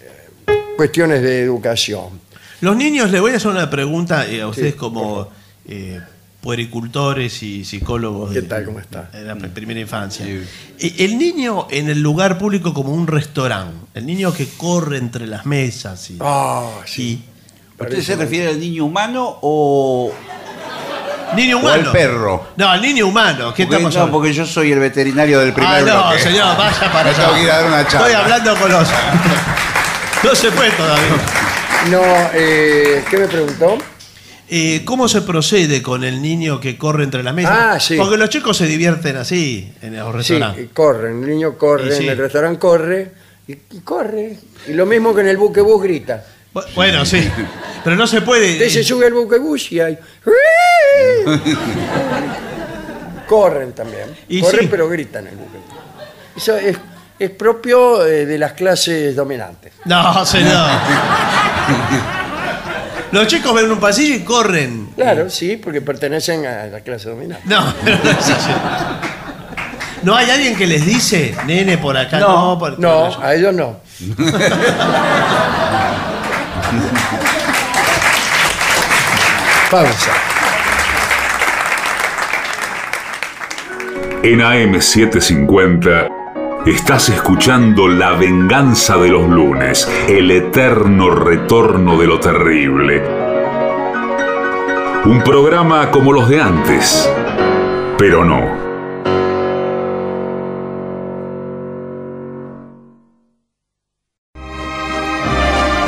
eh, cuestiones de educación.
Los niños, le voy a hacer una pregunta eh, a ustedes como eh, puericultores y psicólogos.
¿Qué
de-
tal, cómo está?
De la pr- primera infancia.
Sí.
Eh, El niño en el lugar público como un restaurante. El niño que corre entre las mesas. Y,
Ah,
sí.
¿Usted se refiere al niño humano o,
Niño
o al
humano.
perro?
No, al niño humano. ¿Qué
Porque-
estamos
no,
hablando?
porque yo soy el veterinario del primer
Ah, no,
bloque.
señor, vaya para
Me tengo que ir a dar una
allá.
charla.
Estoy hablando con los. No se fue todavía.
No, eh, ¿qué me preguntó?
Eh, ¿Cómo se procede con el niño que corre entre las mesas?
Ah, sí.
Porque los chicos se divierten así en los
Sí,
restaurantes.
corren, el niño corre,
Y sí.
en el restaurante corre, y y corre. Y lo mismo que en el buquebús grita.
Bu- Bueno, sí. Pero no se puede. eh.
Usted se sube al buquebús y hay... corren también.
Y
corren
sí.
pero gritan en el buquebús. Eso es, es propio eh, de las clases dominantes.
No, señor. los chicos ven un pasillo y corren.
Claro, sí, porque pertenecen a la clase dominante.
No, pero no es así. ¿No hay alguien que les dice, nene, por acá?
No,
por
No, a ellos no. Pausa.
En AM750 estás escuchando La venganza de los lunes, el eterno retorno de lo terrible. Un programa como los de antes, pero no.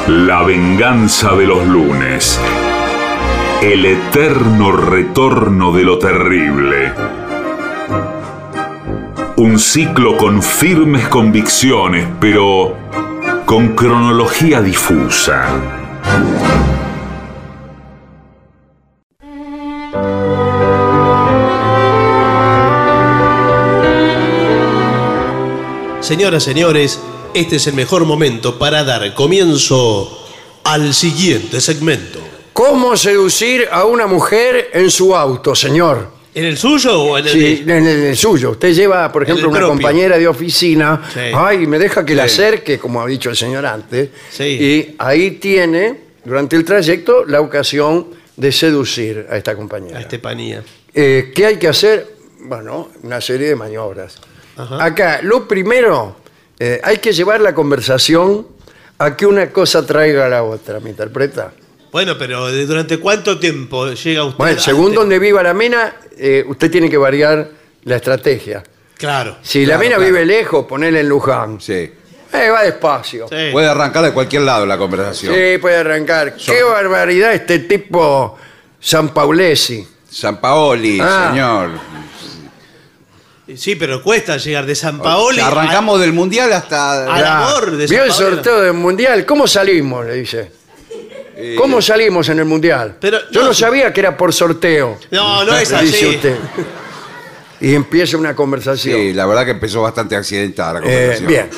La venganza de los lunes. El eterno retorno de lo terrible. Un ciclo con firmes convicciones, pero con cronología difusa.
Señoras, señores, este es el mejor momento para dar comienzo al siguiente segmento.
¿Cómo seducir a una mujer en su auto, señor?
¿En el suyo o en el
Sí, en el, el suyo. Usted lleva, por ejemplo,
el
una
propio.
compañera de oficina.
Sí.
Ay, me deja que la acerque, como ha dicho el señor antes.
Sí.
Y ahí tiene, durante el trayecto, la ocasión de seducir a esta compañera.
a este- Estefanía?
Eh, ¿Qué hay que hacer? Bueno, una serie de maniobras. Acá, lo primero, eh, hay que llevar la conversación a que una cosa traiga a la otra, ¿me interpreta?
Bueno, pero ¿de- ¿durante cuánto tiempo llega usted?
Bueno,
a-
según donde viva la mina, eh, usted tiene que variar la estrategia.
este? Claro.
Si la
Claro,
mina
claro.
vive lejos, ponele en Luján.
Sí.
Eh, va despacio.
Sí.
Puede arrancar de cualquier lado la conversación.
Sí, puede arrancar. ¡Qué barbaridad este tipo San Paulesi!
San Paoli,
Ah.
señor.
Sí, pero cuesta llegar de San Paolo.
Ya Arrancamos del mundial hasta.
Al amor de San
¿Vio el
Paoli.
sorteo del mundial? ¿Cómo salimos? Le dice.
eh,
¿Cómo salimos en el mundial?
Pero
Yo
no-
no sabía que era por sorteo.
No, no es
le dice
así.
usted. y empieza una conversación.
Sí, la verdad que empezó bastante accidentada la
Eh,
conversación.
bien.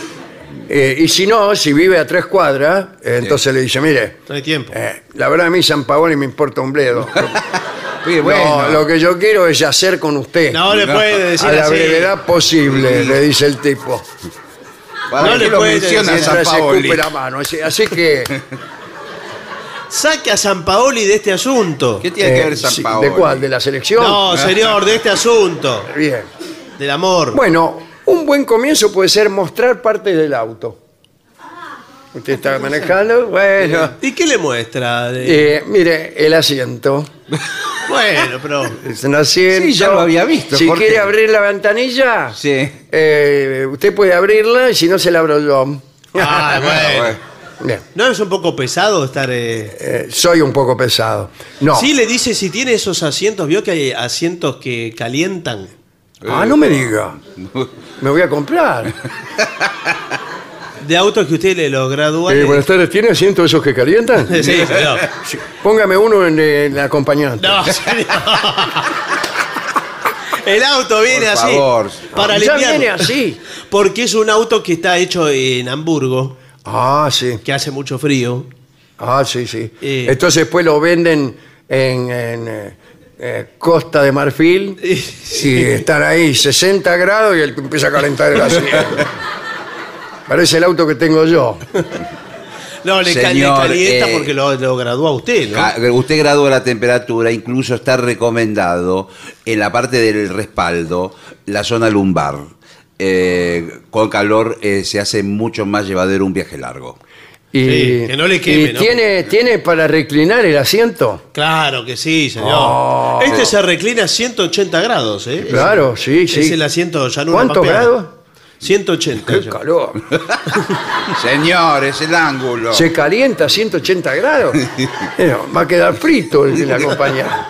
Eh, y si no, si vive a tres cuadras, eh, entonces le dice, mire,
No hay tiempo.
Eh, la verdad a mí San Paoli me importa un bledo.
Sí,
No,
bueno.
lo que yo quiero es hacer con usted.
No le puede decir
A la
así.
brevedad posible,
Sí.
le dice el tipo.
¿Para
no
qué
le
lo
puede
menciona
decir
San
Mientras se
Paoli?
escupe la mano. Así, así que, eh,
Saque a San Paoli de este asunto.
¿Qué tiene que
eh,
ver San
sí,
Paoli?
¿de cuál? ¿De la selección? Ah,
No, señor, de este asunto.
Bien.
Del amor.
Bueno, un buen comienzo puede ser mostrar parte del auto. Usted
Ah,
está manejando, bueno.
¿Y qué le muestra? De-
Eh, mire, el asiento.
Bueno, pero.
Es un asiento.
Sí, ya lo había visto,
Si
Jorge.
quiere abrir la ventanilla,
Sí.
eh, usted puede abrirla y si no se la abro yo.
Ah, bueno.
Bien,
¿No es un poco pesado estar.? eh?
eh, soy un poco pesado. No.
Sí, le dice si tiene esos asientos. Vio que hay asientos que calientan.
Ah,
Eh,
no me diga. Me voy a comprar.
De autos que usted le los gradúa.
Eh, buenas tardes, ¿tiene asiento esos que calientan?
Sí, señor.
Sí. Póngame uno en eh, la acompañante.
No, señor. El auto viene
Por
así.
favor.
Para
ya
limpiar.
viene así.
Porque es un auto que está hecho en Hamburgo,
Ah, sí.
que hace mucho frío.
Ah, sí, sí.
Eh.
Entonces después lo venden en, en, eh, eh, Costa de Marfil
Eh,
y están ahí 60 grados y el que empieza a calentar el asiento. Parece el auto que tengo yo.
No, le, ca- le
Señor,
calienta
eh,
porque lo, lo gradúa usted, ¿no?
Ca- Usted gradúa la temperatura, incluso está recomendado en la parte del respaldo, la zona lumbar. Eh, con calor eh, se hace mucho más llevadero un viaje largo.
Y,
Sí, que no le queme,
y
¿no?
tiene, tiene para reclinar el asiento.
Claro que sí, señor.
Oh.
este se reclina 180 grados, ¿eh?
Claro, sí, sí.
Es el asiento llanura
¿Cuántos
papeada.
grados?
180.
¡Qué calor!
Señor, es el ángulo.
Se calienta a 180 grados. Bueno, va a quedar frito el de la compañía.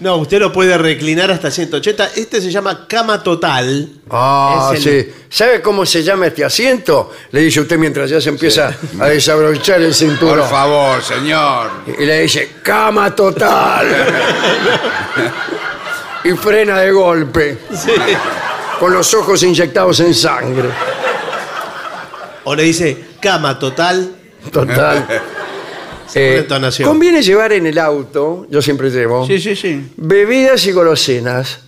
No, usted lo puede reclinar hasta 180. Este se llama cama total.
Ah,
Es el-
sí. ¿Sabe cómo se llama este asiento? Le dice usted mientras ya se empieza a desabrochar el
Por
cinturón.
favor, señor.
Y le dice, cama total. y frena de golpe,
Sí.
con los ojos inyectados en sangre.
O le dice cama total.
Total. Eh,
pone entonación.
conviene llevar en el auto, yo siempre llevo,
sí, sí.
bebidas y golosinas.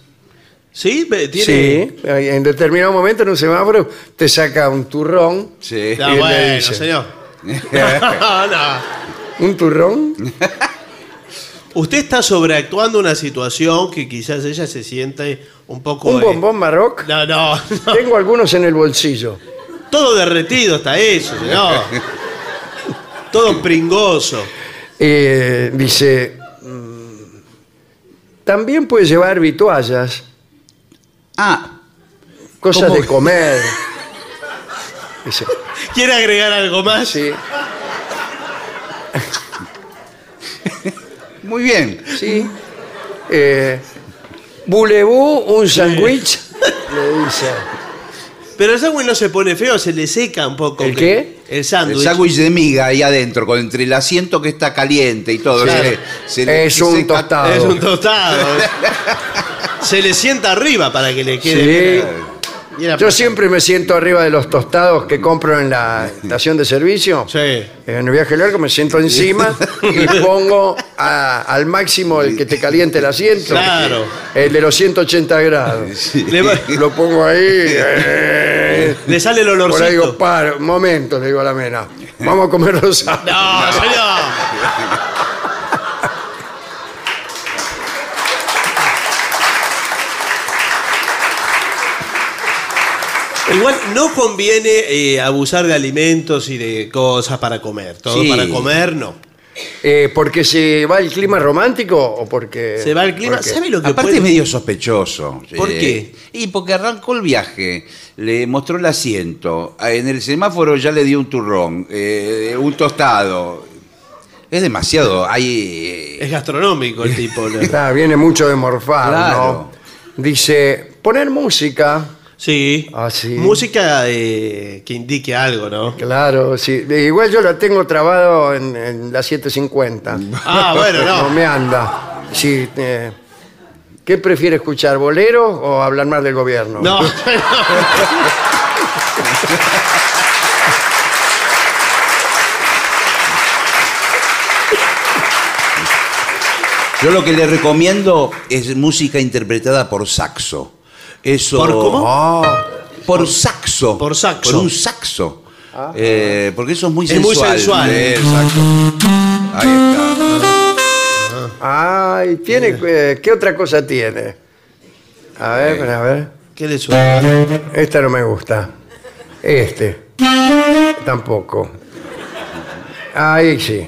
¿Sí? ve- Tiene...
Sí, en determinado momento en un semáforo te saca un turrón.
Sí.
Y Este
No,
le
Ah, bueno,
dice.
señor. No, no.
¿Un turrón?
Usted está sobreactuando una situación que quizás ella se siente un poco.
¿Un
eh,
bombón marroc?
No, no, no.
Tengo algunos en el bolsillo.
Todo derretido está eso, señor. Todo pringoso.
Eh, dice, mm, también puedes llevar vituallas,
Ah,
cosas
¿Cómo?
de comer. Dice,
¿Quiere agregar algo más?
sí,
muy bien.
sí. Eh, Bulebú, un sándwich, le dice.
Pero el sándwich no se pone feo, se le seca un poco.
¿El
que- El
El
sándwich.
sándwich de miga ahí adentro, con entre el asiento que está caliente y todo.
Claro.
se le- se le-
Es
se
un
ca-
tostado.
Es un tostado. se le sienta arriba para que le quede.
Sí.
bien apretado.
Yo siempre me siento arriba de los tostados que compro en la estación de servicio.
Sí.
En el viaje largo me siento encima y pongo a- al máximo el que te caliente el asiento.
Claro.
El de los 180 grados.
Le, va-
Lo pongo ahí. eh,
le sale el
por ahí digo,
olorcito.
para, un momento, le digo a la mena. Vamos a comer los
No, señor. Igual no conviene eh, abusar de alimentos y de cosas para comer. Todo
Sí.
para comer, no.
Eh, ¿Porque se va el clima romántico o porque.?
Se va el
Eh,
clima.
porque-
¿Sabe lo que
Aparte
puede-
es medio sospechoso.
¿Por qué?
Y porque arrancó el viaje, le mostró el asiento, ah, en el semáforo ya le dio un turrón, eh, un tostado. Es demasiado, hay... eh,
Es gastronómico el tipo. ¿no?
Ah, viene mucho de morfar,
Claro.
¿no? Dice, poner música.
Sí.
Ah, sí.
Música eh, que indique algo, ¿no?
Claro, sí. Igual yo la tengo trabado en, en la 750.
Ah, bueno,
No
no.
me anda. Sí, eh, ¿Qué prefiere escuchar, bolero o hablar más del gobierno?
No.
Yo lo que le recomiendo es música interpretada por saxo. Eso.
¿Por cómo?
Ah, por saxo. Por
saxo. Ah.
Por un saxo. Eh, porque eso es muy
Es muy
sensual.
sensual.
Eh, exacto. Ahí está.
Ay, tiene, eh, ¿qué otra cosa tiene? A ver, a ver.
¿Qué le suena?
Esta no me gusta. Este. Tampoco. Ahí sí.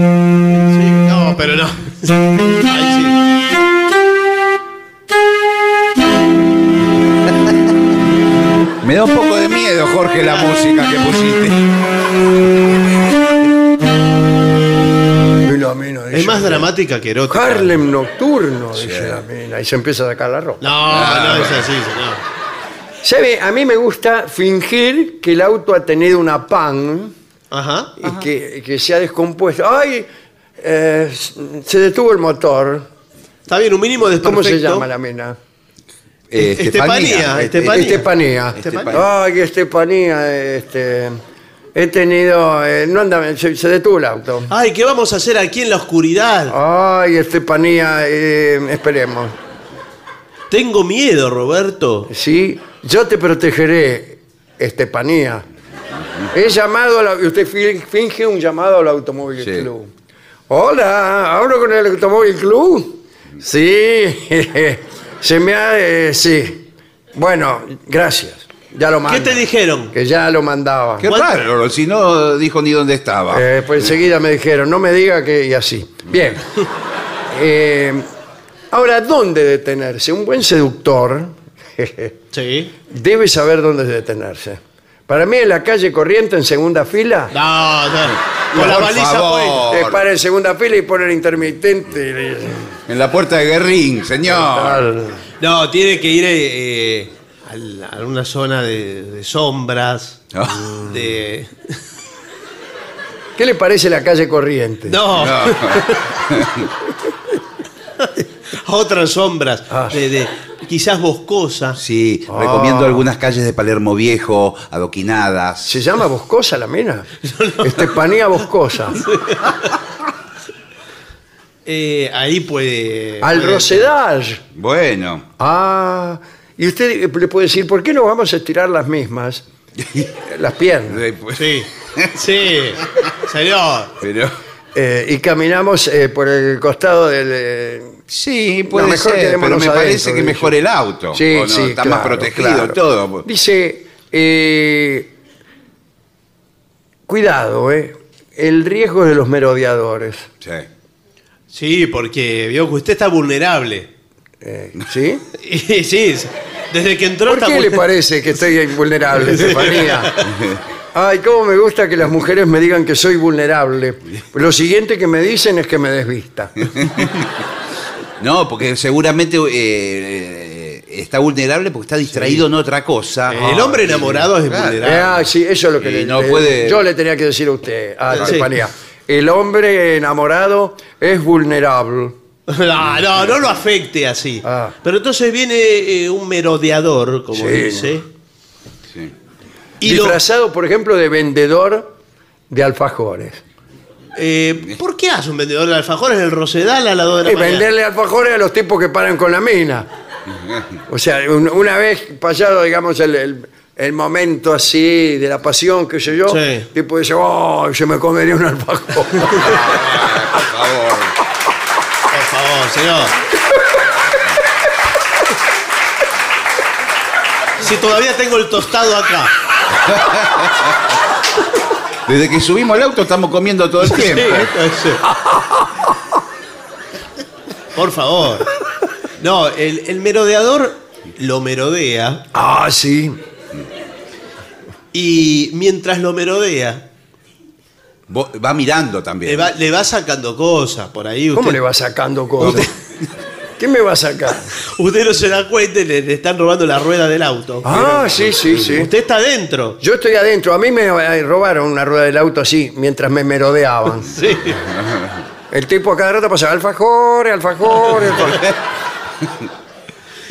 No, pero no. Ahí
Me da un poco de miedo, Jorge, la música que pusiste.
Y la mina
sí. Es
dice,
más dramática que erótica.
Harlem nocturno, dice la mina. Y se empieza a sacar la ropa.
No, no es así, señor.
¿Sabe? A mí me gusta fingir que el auto ha tenido una pan
Ajá.
y que, que se ha descompuesto. ¡Ay! eh, se detuvo el motor.
Está bien, un mínimo de
¿Cómo se llama la mina?
Eh,
Este Estefanía,
este,
Estefanía.
Estefanía.
Estefanía.
Ay, Estefanía, este. He tenido. eh, no anda, se, se detuvo el auto.
Ay, ¿qué vamos a hacer aquí en la oscuridad?
Ah. Ay, Estefanía, eh, esperemos.
Tengo miedo, Roberto.
Sí, yo te protegeré, Estefanía. He llamado a la- Usted fil- finge un llamado al Automóvil
Sí.
Club. Hola, ¿hablo con el Automóvil Club? Sí, se me ha... eh, sí. Bueno, gracias. Ya lo mando.
¿Qué te dijeron?
Que ya lo mandaba.
Qué
¿Cuál?
raro, si no dijo ni dónde estaba.
Eh, pues enseguida me dijeron, no me diga que... Y así. Bien. Eh, ahora, ¿dónde detenerse? Un buen seductor...
Sí.
debe saber dónde detenerse. Para mí en la calle corriente en segunda fila,
No, no. Con la
Por
baliza
favor.
puesta.
eh, para en segunda fila y pone el intermitente. y le-
En la puerta de Guerrín, señor.
Al-
No, tiene que ir eh, eh, a la- a una zona de, de sombras.
No.
Ah. De...
¿Qué le parece la calle corriente?
No, a
No.
otras sombras.
Ah.
De, de- quizás boscosas.
Sí, recomiendo algunas calles de Palermo Viejo, adoquinadas.
¿Se llama Boscosa la mina? Estefanía Boscosa.
Eh, ahí puede.
Al
puede-
Rosedal.
Bueno,
Ah, y usted eh, le puede decir, ¿por qué no vamos a estirar las mismas? Las piernas.
eh, pues,
Sí. Sí. Señor.
pero
Eh, y caminamos eh, por el costado del... eh,
sí,
puede
puede
ser,
ser, pero
quedémonos
me parece
adentro,
que
dice.
mejor el auto.
Sí,
¿o no?
sí,
está más
claro,
protegido
claro.
y todo.
Dice, eh, cuidado, eh, el riesgo de los merodeadores,
Sí.
Sí, porque vio que usted está vulnerable.
eh, ¿sí?
Y sí, desde que entró
¿Por
está
qué le
vulnerable.
parece que estoy invulnerable, Estefanía? Ay, cómo me gusta que las mujeres me digan que soy vulnerable. Lo siguiente que me dicen es que me desvista.
No, porque seguramente eh, eh, está vulnerable porque está distraído en otra cosa.
El hombre enamorado es vulnerable.
Ah, sí, eso es lo que
Y
le,
no
le-
puede-
yo le tenía que decir a usted, a
Sí.
Estefanía. El hombre enamorado es vulnerable.
No, no, no lo afecte así.
Ah.
Pero entonces viene eh, un merodeador, como
Sí.
dice.
Sí.
Y lo-
disfrazado, por ejemplo, de vendedor de alfajores.
eh, ¿Por qué hace un vendedor de alfajores en el Rosedal a la 2 de la
Y
mañana?
venderle alfajores a los tipos que paran con la mina. O sea, un- una vez pasado, digamos, el, el- el momento así de la pasión, qué sé yo,
Sí.
el tipo dice, oh, se me comería un alfajor.
Ah, por favor.
Por favor, señor. Si todavía tengo el tostado acá.
Desde que subimos al auto estamos comiendo todo el
Sí,
tiempo.
esto es- Por favor. No, el, el merodeador lo merodea
ah, sí.
y mientras lo merodea
Vo- Va mirando también.
Le Eh, va, le va sacando cosas por ahí. Usted,
¿Cómo le va sacando cosas? ¿Qué me va a sacar?
Usted no se da cuenta y le, le están robando la rueda del auto.
Ah, sí, sí, sí.
Usted está adentro.
Yo estoy adentro. A mí me eh, robaron una rueda del auto así mientras me merodeaban.
Sí.
El tipo a cada rato pasaba alfajores, alfajores, alfajores.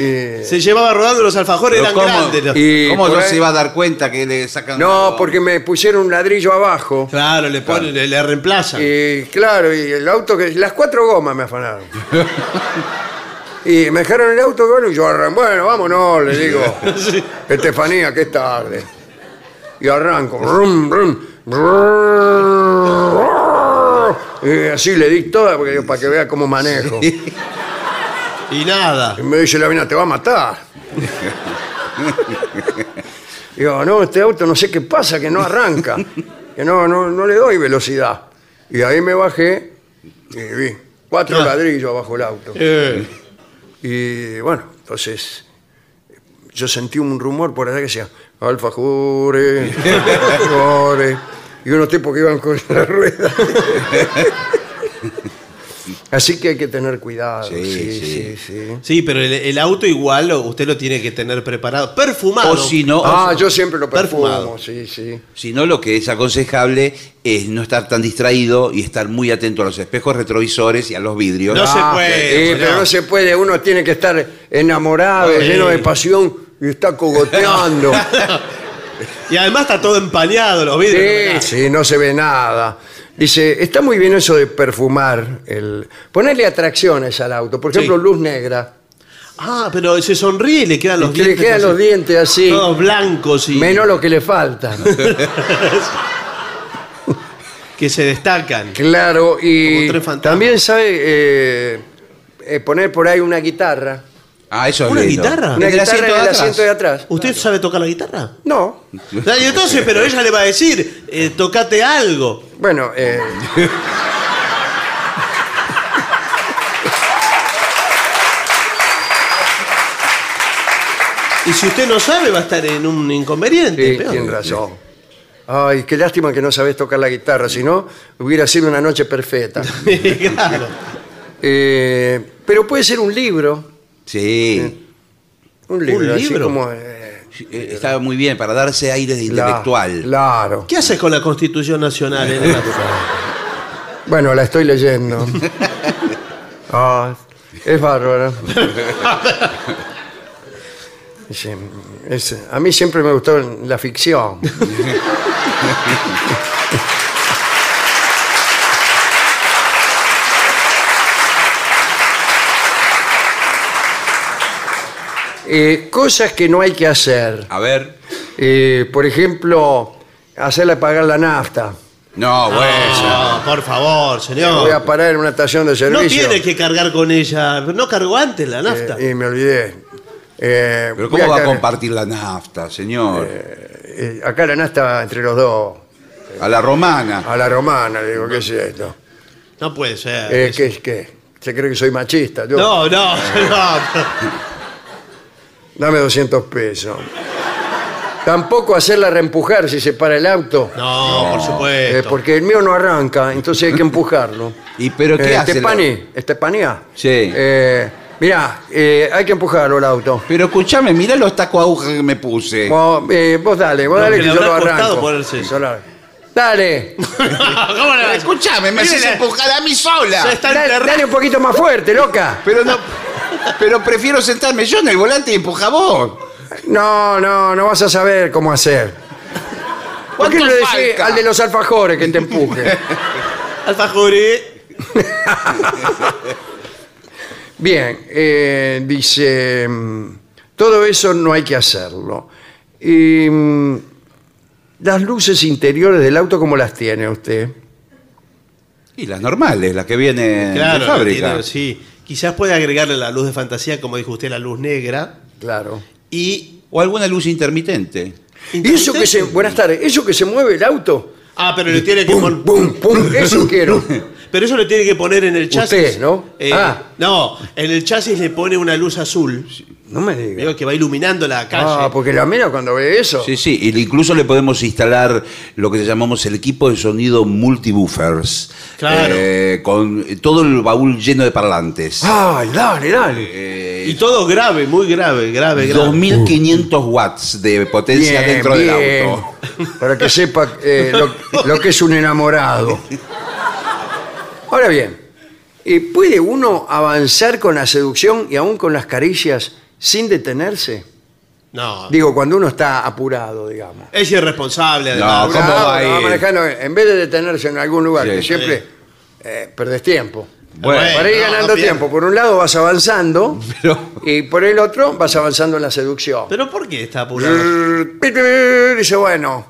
Eh,
Se llevaba rodando los alfajores,
Pero
eran
¿cómo-
grandes. los-
y-
¿Cómo
por
no
ahí-
se va a dar cuenta que le sacan...
no, porque me pusieron un ladrillo abajo.
Claro, le, ponen, le, le reemplazan.
Y claro, y el auto que. Las cuatro gomas me afanaron. Y me dejaron el auto, bueno, y yo arranco. Bueno, vámonos, le digo.
Sí.
Estefanía, que es tarde. Y arranco. Rum, rum, brrr. y así le di toda porque digo, para que vea cómo manejo.
Y nada.
Y me dice la mina, te va a matar. Digo, no, este auto no sé qué pasa, que no arranca. Que no, no, no le doy velocidad. Y ahí me bajé y vi cuatro
Claro.
ladrillos abajo el auto.
Eh,
Y bueno, entonces yo sentí un rumor por allá que decía, alfajores, alfajores, y unos tipos que iban con la rueda. Así que hay que tener cuidado.
Sí,
sí, sí.
sí.
sí.
sí, pero el, el auto igual lo- usted lo tiene que tener preparado. Perfumado.
O si no,
Ah, yo siempre lo perfumo,
Oh, Perfumado.
sí, sí.
Si no, lo que es aconsejable es no estar tan distraído y estar muy atento a los espejos retrovisores y a los vidrios.
No se puede.
Eh, pero no
señor.
se puede, uno tiene que estar enamorado,
Sí.
lleno de pasión y está cogoteando.
Y además está todo empañado, los vidrios.
sí,
mirá.
sí, no se ve nada. Dice, está muy bien eso de perfumar, el ponerle atracciones al auto, por ejemplo,
Sí.
luz negra,
Ah, pero se sonríe y le quedan los
que le
dientes.
quedan
así,
los dientes así,
Todos blancos y
menos lo que le falta.
que se destacan.
claro,
Como
y
tres fantasmas.
también sabe eh, eh, poner por ahí una guitarra.
Ah, eso es
¿Una
lindo.
guitarra?
Una
Desde el
guitarra en
asiento de
el
atrás.
asiento de atrás.
¿Usted sabe tocar la guitarra?
No,
Ah, y entonces, pero ella le va a decir, eh, tocate algo.
Bueno, eh,
Y si usted no sabe, va a estar en un inconveniente.
sí,
peor.
tiene razón. Ay, qué lástima que no sabés tocar la guitarra, si no, hubiera sido una noche perfecta.
claro.
Eh, pero puede ser un libro,
Sí.
un libro, así
libro?
como... eh,
Eh, Está muy bien para darse aire de
la-
intelectual.
Claro.
¿Qué haces con la Constitución Nacional? eh, Renato?
Bueno, la estoy leyendo. Ah, es bárbaro. Sí, es- a mí siempre me gustó la ficción. Eh, cosas que no hay que hacer.
A ver.
Eh, por ejemplo, hacerle pagar la nafta. Ah.
No, bueno.
No, por favor,
Voy a
señor.
parar en una estación de
No
servicio.
tiene que cargar con ella. No cargó antes la nafta.
Eh, y me olvidé. Eh,
Pero
voy
¿cómo va a
acá-
compartir la nafta, señor?
eh, acá la nasta entre los dos.
a la romana.
A la romana, le digo, ¿qué es esto?
No puede ser.
Eh, ¿Qué es qué? ¿Se cree que soy machista? Yo,
No, no, no.
Dame 200 pesos. Tampoco hacerla reempujar si se para el auto.
No, por
eh,
supuesto.
porque el mío no arranca, entonces hay que empujarlo.
¿Y pero qué
Eh,
hace la-
Estepani, Estepanía.
Sí.
Eh, mirá, eh, hay que empujarlo el auto.
Pero escúchame, mirá los tacos aguja que me puse.
Vos, eh, vos dale, vos
No,
dale
que
que
le
yo lo
habrá costado
arranco.
ponerse eso.
Yo lo arranco. Dale,
¿Cómo la-
Escúchame, me
Mire
haces
la-
empujar a mí
Ya
sola.
está
dale,
enterrado.
dale un poquito más fuerte, loca.
Pero no. Pero prefiero sentarme yo en el volante y empuja vos.
No, no, no vas a saber cómo hacer. ¿Por qué no
¿Cuánto
le decís
falta?
al de los alfajores que te empuje?
Alfajores.
Bien, eh, dice, mm, todo eso no hay que hacerlo. Y, mm, las luces interiores del auto, ¿cómo las tiene usted?
Y las normales, las que vienen
Claro,
de fábrica.
tiene- sí. Quizás puede agregarle la luz de fantasía, como dijo usted, la luz negra.
Claro.
Y.
O alguna luz intermitente.
Y eso que se, buenas tardes, eso que se mueve el auto,
Ah, pero le tiene que
pum,
pon-
pum, pum, eso quiero.
Pero eso lo tiene que poner en el chasis.
Usted, ¿no?
Eh,
Ah.
No, en el chasis le pone una luz azul.
No me digas.
Veo que va iluminando la calle.
Ah, porque la mina cuando ve eso.
Sí, sí, y le- incluso le podemos instalar lo que llamamos el equipo de sonido multibuffers.
Claro. Ah,
Eh, con todo el baúl lleno de parlantes.
Ay, dale, dale.
Y todo grave, muy grave, grave, grave.
2500 watts de potencia
Bien,
dentro del
bien.
auto.
Para que sepa eh, lo, lo que es un enamorado. Ahora bien, eh, ¿puede uno avanzar con la seducción y aún con las caricias sin detenerse?
No.
Digo, cuando uno está apurado, digamos.
Es irresponsable,
No,
además.
¿cómo
Apurado,
va a
no,
ir?
manejando, en vez de detenerse en algún lugar,
Sí.
que siempre eh, perdés tiempo.
Bueno,
Para ir
no,
ganando
no pierde.
tiempo, por un lado vas avanzando
Pero-
y por el otro vas avanzando en la seducción.
¿Pero por qué está apurado?
Brrr, Dice, bueno,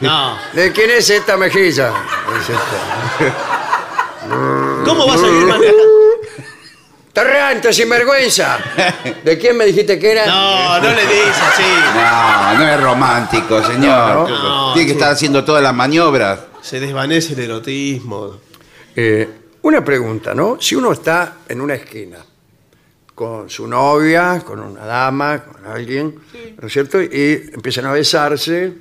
No.
¿de quién es esta mejilla? Dice este.
¿Cómo va a seguir manejando?
¡Tarranta, sinvergüenza! ¿De quién me dijiste que era?
No, no le digas así.
No, no es romántico, señor.
No,
Tiene que estar haciendo todas las maniobras.
Se desvanece el erotismo.
Eh, una pregunta, ¿no? Si uno está en una esquina con su novia, con una dama, con alguien, ¿no es cierto? Y empiezan a besarse,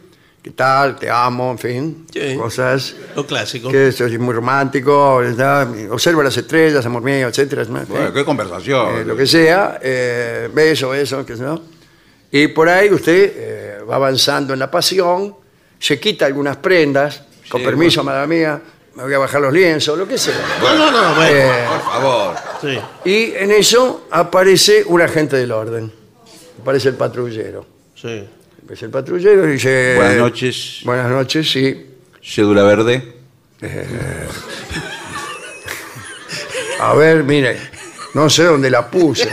¿qué tal? Te amo, en fin,
Sí.
cosas.
Lo clásico.
Que soy muy romántico, ¿verdad? observo las estrellas, amor mío, etcétera. ¿no?
Bueno, qué conversación.
eh, lo que sea, eh, beso, beso, qué sé yo. Y por ahí usted eh, va avanzando en la pasión, se quita algunas prendas, con permiso, madre mía, me voy a bajar los lienzos, lo que sea.
No, no, no, bueno.
Eh,
Por favor.
Sí.
y en eso aparece un agente del orden, aparece el patrullero.
Sí.
Aparece el patrullero y dice...
Buenas noches,
Buenas noches, sí.
cédula verde.
A ver, mire, no sé dónde la puse.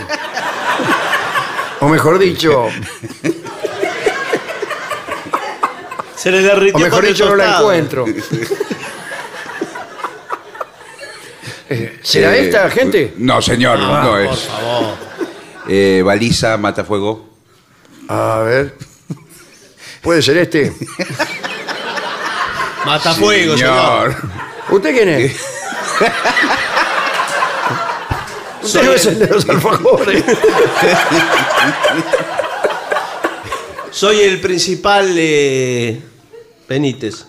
O mejor dicho,
Se le derritió
O mejor
con el
dicho, no la
costado.
encuentro. Eh, ¿Será
Eh,
esta, gente?
No, señor,
Ah,
no
Pues.
Por
es.
favor.
Eh, baliza, matafuego.
A ver. ¿Puede ser este?
Matafuego, señor.
¿Usted quién es? Usted no es el de los alfajores.
Soy el principal eh, Benítez.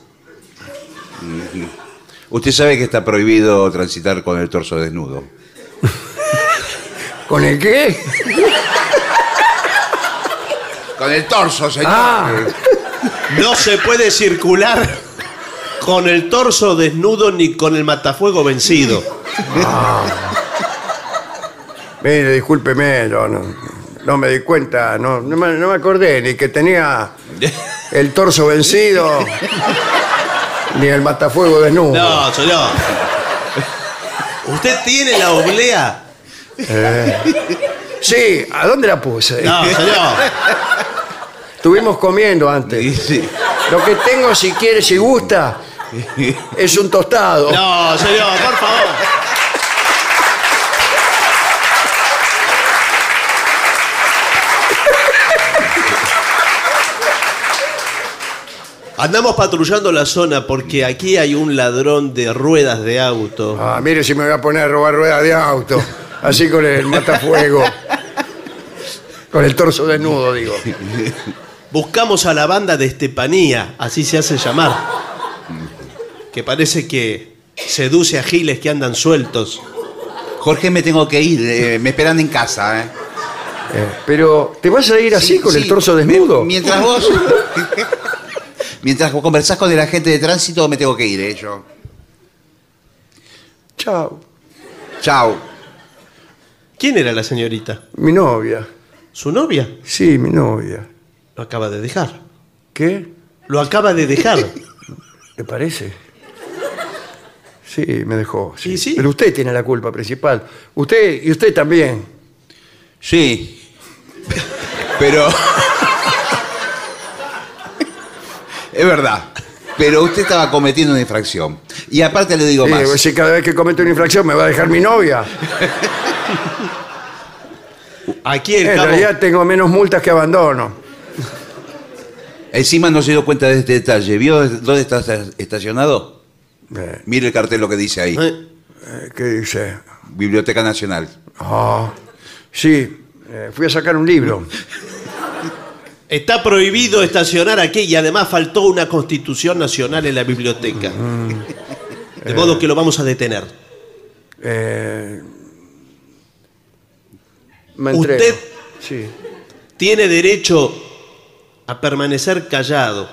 Usted sabe que está prohibido transitar con el torso desnudo.
¿Con el qué?
Con el torso, señor.
Ah.
Eh,
No se puede circular con el torso desnudo ni con el matafuego vencido.
Mire, discúlpeme, yo no, no me di cuenta, no, no, me, no me acordé ni que tenía el torso vencido, ni el matafuego desnudo.
No, señor. ¿Usted tiene la oblea?
Sí, ¿a dónde la puse?
No, señor.
Estuvimos comiendo antes.
Sí, sí.
Lo que tengo, si quiere, si gusta, es un tostado.
No, señor, por favor. Andamos patrullando la zona porque aquí hay un ladrón de ruedas de auto.
Ah, mire si me voy a poner a robar ruedas de auto. Así con el matafuego. con el torso desnudo, digo.
Buscamos a la banda de Estepanía, así se hace llamar. Que parece que seduce a giles que andan sueltos.
Jorge, me tengo que ir. eh, me esperan en casa. ¿eh?
Eh, Pero, ¿te vas a ir así
Sí,
con el
sí.
torso desnudo?
Mientras vos. Mientras vos conversás con el agente de tránsito, me tengo que ir, ¿eh? Yo.
Chao.
Chao.
¿Quién era la señorita?
Mi novia.
¿Su novia?
Sí, mi novia.
Lo acaba de dejar.
¿Qué?
Lo acaba de dejar.
¿Te parece? Sí, me dejó. sí.
Y sí.
Pero usted tiene la culpa principal. Usted y usted también.
Sí. Pero. es verdad. Pero usted estaba cometiendo una infracción. Y aparte le digo
Sí,
más.
pues, si cada vez que cometo una infracción me va a dejar mi novia.
Aquí el
en
cabo.
realidad tengo menos multas que abandono.
Encima no se dio cuenta de este detalle. ¿Vio dónde está estacionado?
Eh,
Mire el cartel lo que dice ahí.
¿Eh?
eh, ¿Qué dice?
Biblioteca Nacional.
Ah, sí, Eh, fui a sacar un libro.
Está prohibido estacionar aquí y además faltó una constitución nacional en la biblioteca.
Mm.
De modo que lo vamos a detener.
Eh, me entrego.
Usted
Sí.
tiene derecho a permanecer callado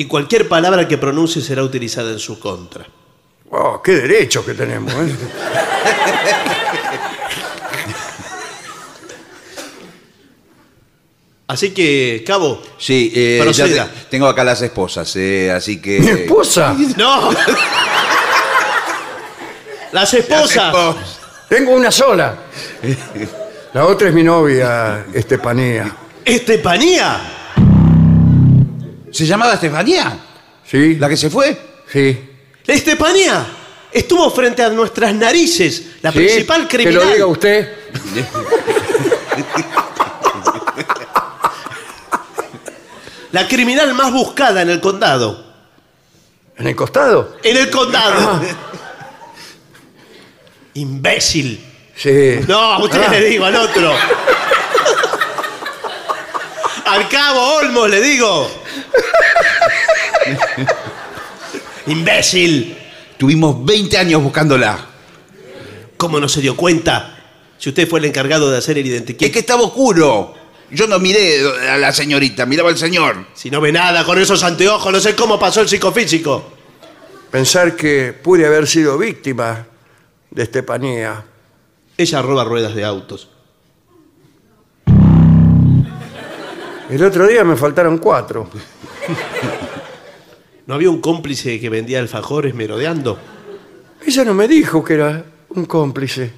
y cualquier palabra que pronuncie será utilizada en su contra.
Wow, Oh, ¡Qué derechos que tenemos! ¿eh?
Así que, Cabo,
Sí, eh, ya
Proceda.
te- tengo acá las esposas, eh, así que...
¡Mi esposa!
no. Las esposas.
Oh,
Tengo una sola. La otra es mi novia, este Estefanía.
Estefanía.
¿Se llamaba Estefanía?
¿Sí?
¿La que se fue?
Sí.
Estefanía estuvo frente a nuestras narices, la
Sí,
principal criminal.
Que lo diga usted.
La criminal más buscada en el condado.
¿En el costado?
En el condado.
Ah.
Imbécil.
Sí.
No, a usted
Ah.
le digo, al otro. al cabo Olmos le digo. Imbécil.
Tuvimos 20 años buscándola.
¿Cómo no se dio cuenta? Si usted fue el encargado de hacer el identikit.
Es que estaba oscuro. Yo no miré a la señorita, miraba al señor.
Si no ve nada con esos anteojos, no sé cómo pasó el psicofísico.
Pensar que pude haber sido víctima de este Estefanía.
Ella roba ruedas de autos.
El otro día me faltaron cuatro.
¿No había un cómplice que vendía alfajores merodeando?
Ella no me dijo que era un cómplice.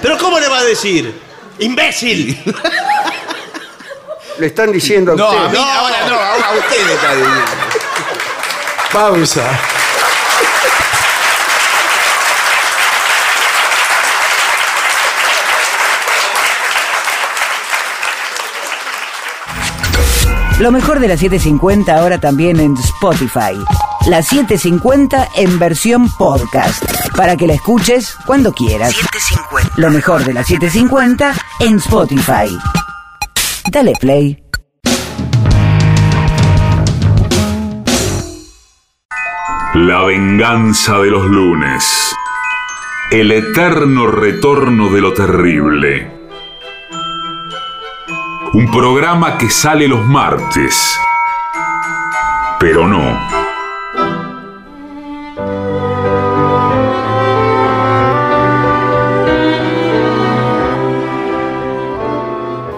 ¿Pero cómo le va a decir? ¡Imbécil!
Le están diciendo a
No, a
usted.
mí,
No.
ahora no, ahora a usted le está diciendo.
Pausa.
Lo mejor de la 750 ahora también en Spotify. La 750 en versión podcast. Para que la escuches cuando quieras. Lo mejor de la 750 en Spotify. Dale play.
La venganza de los lunes. El eterno retorno de lo terrible. Un programa que sale los martes. Pero no.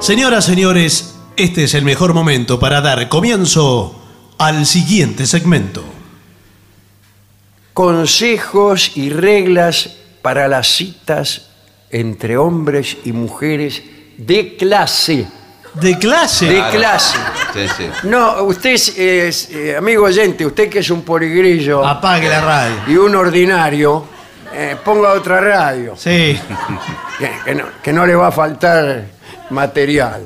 Señoras, señores, este es el mejor momento para dar comienzo al siguiente segmento.
Consejos y reglas para las citas entre hombres y mujeres de clase.
¿De clase?
De clase.
Sí, sí.
No, usted es, es, eh, amigo oyente, usted que es un poligrillo
Apague la radio.
y un ordinario, eh, ponga otra radio,
Sí.
que, que no, que no le va a faltar material.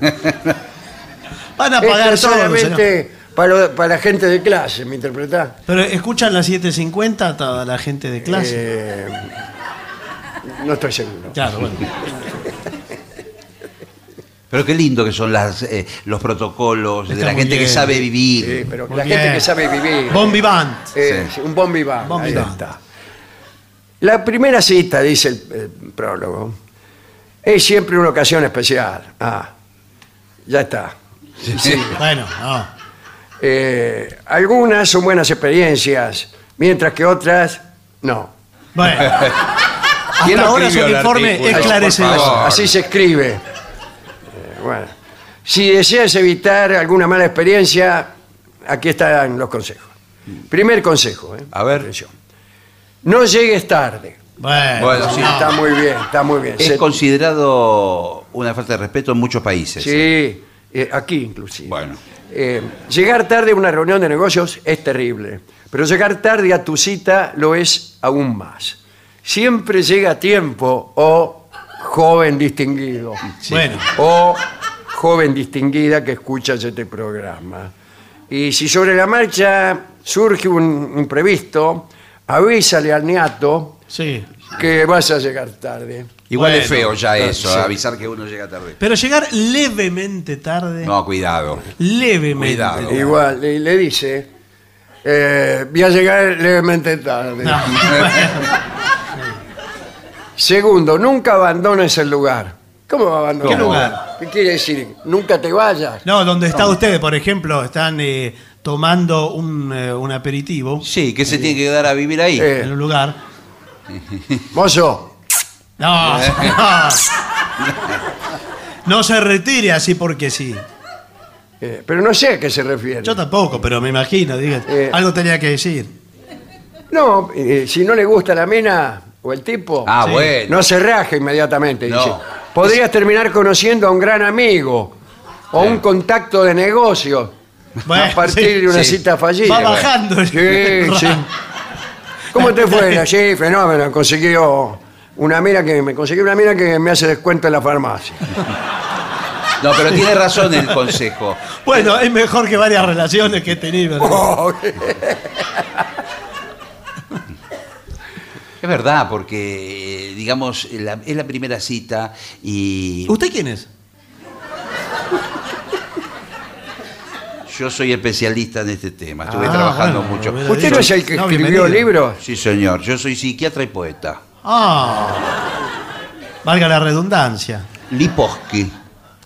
Van a
Esto
pagar
es
todo. señor.
solamente para, para la gente de clase, ¿me interpretás?
Pero escuchan las 7.50 toda la gente de clase.
Eh, no estoy seguro.
Claro, bueno.
Pero qué lindo que son las, eh, los protocolos de
Está
la
muy
gente que
bien.
sabe
Sí,
vivir.
pero
Muy
la gente
bien.
que sabe vivir.
Bombi Band.
Eh,
Sí.
sí, Un bombi va.
Bombi
ahí
va.
está. La primera cita, dice el, el prólogo, es siempre una ocasión especial. Ah, ya está.
Bueno, no.
Eh, algunas son buenas experiencias, mientras que otras no.
Bueno.
¿Quién
Hasta
lo
ahora su
escribió el
informe
artículo?
esclarecedor.
Por favor.
Así se escribe. Eh, bueno. Si deseas evitar alguna mala experiencia, aquí están los consejos. Primer consejo. eh.
A ver.
Atención. No llegues tarde.
Bueno,
Bueno,
sí.
sí.
Está muy bien, está muy bien.
Es
Se-
considerado una falta de respeto en muchos países.
Sí, eh, aquí inclusive.
Bueno.
Eh, llegar tarde a una reunión de negocios es terrible, pero llegar tarde a tu cita lo es aún más. Siempre llega a tiempo, o joven distinguido,
Bueno,
o joven distinguida que escuchas este programa. Y si sobre la marcha surge un imprevisto, avísale al niato
sí.
que vas a llegar tarde.
Igual es
Bueno,
feo ya
claro,
eso,
sí.
avisar que uno llega tarde.
Pero llegar levemente tarde.
No, cuidado.
Levemente.
Cuidado.
Igual, y le dice, eh, voy a llegar levemente tarde. Segundo, nunca abandones el lugar. ¿Cómo va a abandonar?
¿Qué lugar?
¿Qué quiere decir? Nunca te vayas.
No, donde está usted, por ejemplo, están eh, tomando un, eh, un aperitivo.
Sí, que se tiene que quedar a vivir ahí.
En un lugar.
Eh, Mozo.
No,
Eh.
no. No se retire así porque sí.
Eh, pero no sé a qué se refiere.
Yo tampoco, pero me imagino, diga,
Eh.
algo tenía que decir.
No, eh, si no le gusta la mina o el tipo,
Ah, Sí. bueno.
no se raja inmediatamente.
No.
dice. Podrías terminar conociendo a un gran amigo o un contacto de negocios a partir
sí,
de una
sí.
cita fallida.
Va bajando el-
Sí, sí. ¿Cómo te fue? Sí, fenómeno. Consiguió una mina que me consiguió una mina que me hace descuento en la farmacia.
No, pero tiene razón el consejo.
Bueno, es mejor que varias relaciones que he tenido. ¿no?
Es verdad, porque, eh, digamos, la- es la primera cita y...
¿Usted quién es?
Yo soy especialista en este tema, estuve
Ah,
trabajando
bueno,
mucho.
hubiera ¿Usted no dicho. es el que No, escribió bienvenido. libros?
Sí, señor, yo soy psiquiatra y poeta.
Ah. Valga la redundancia.
Lipovsky.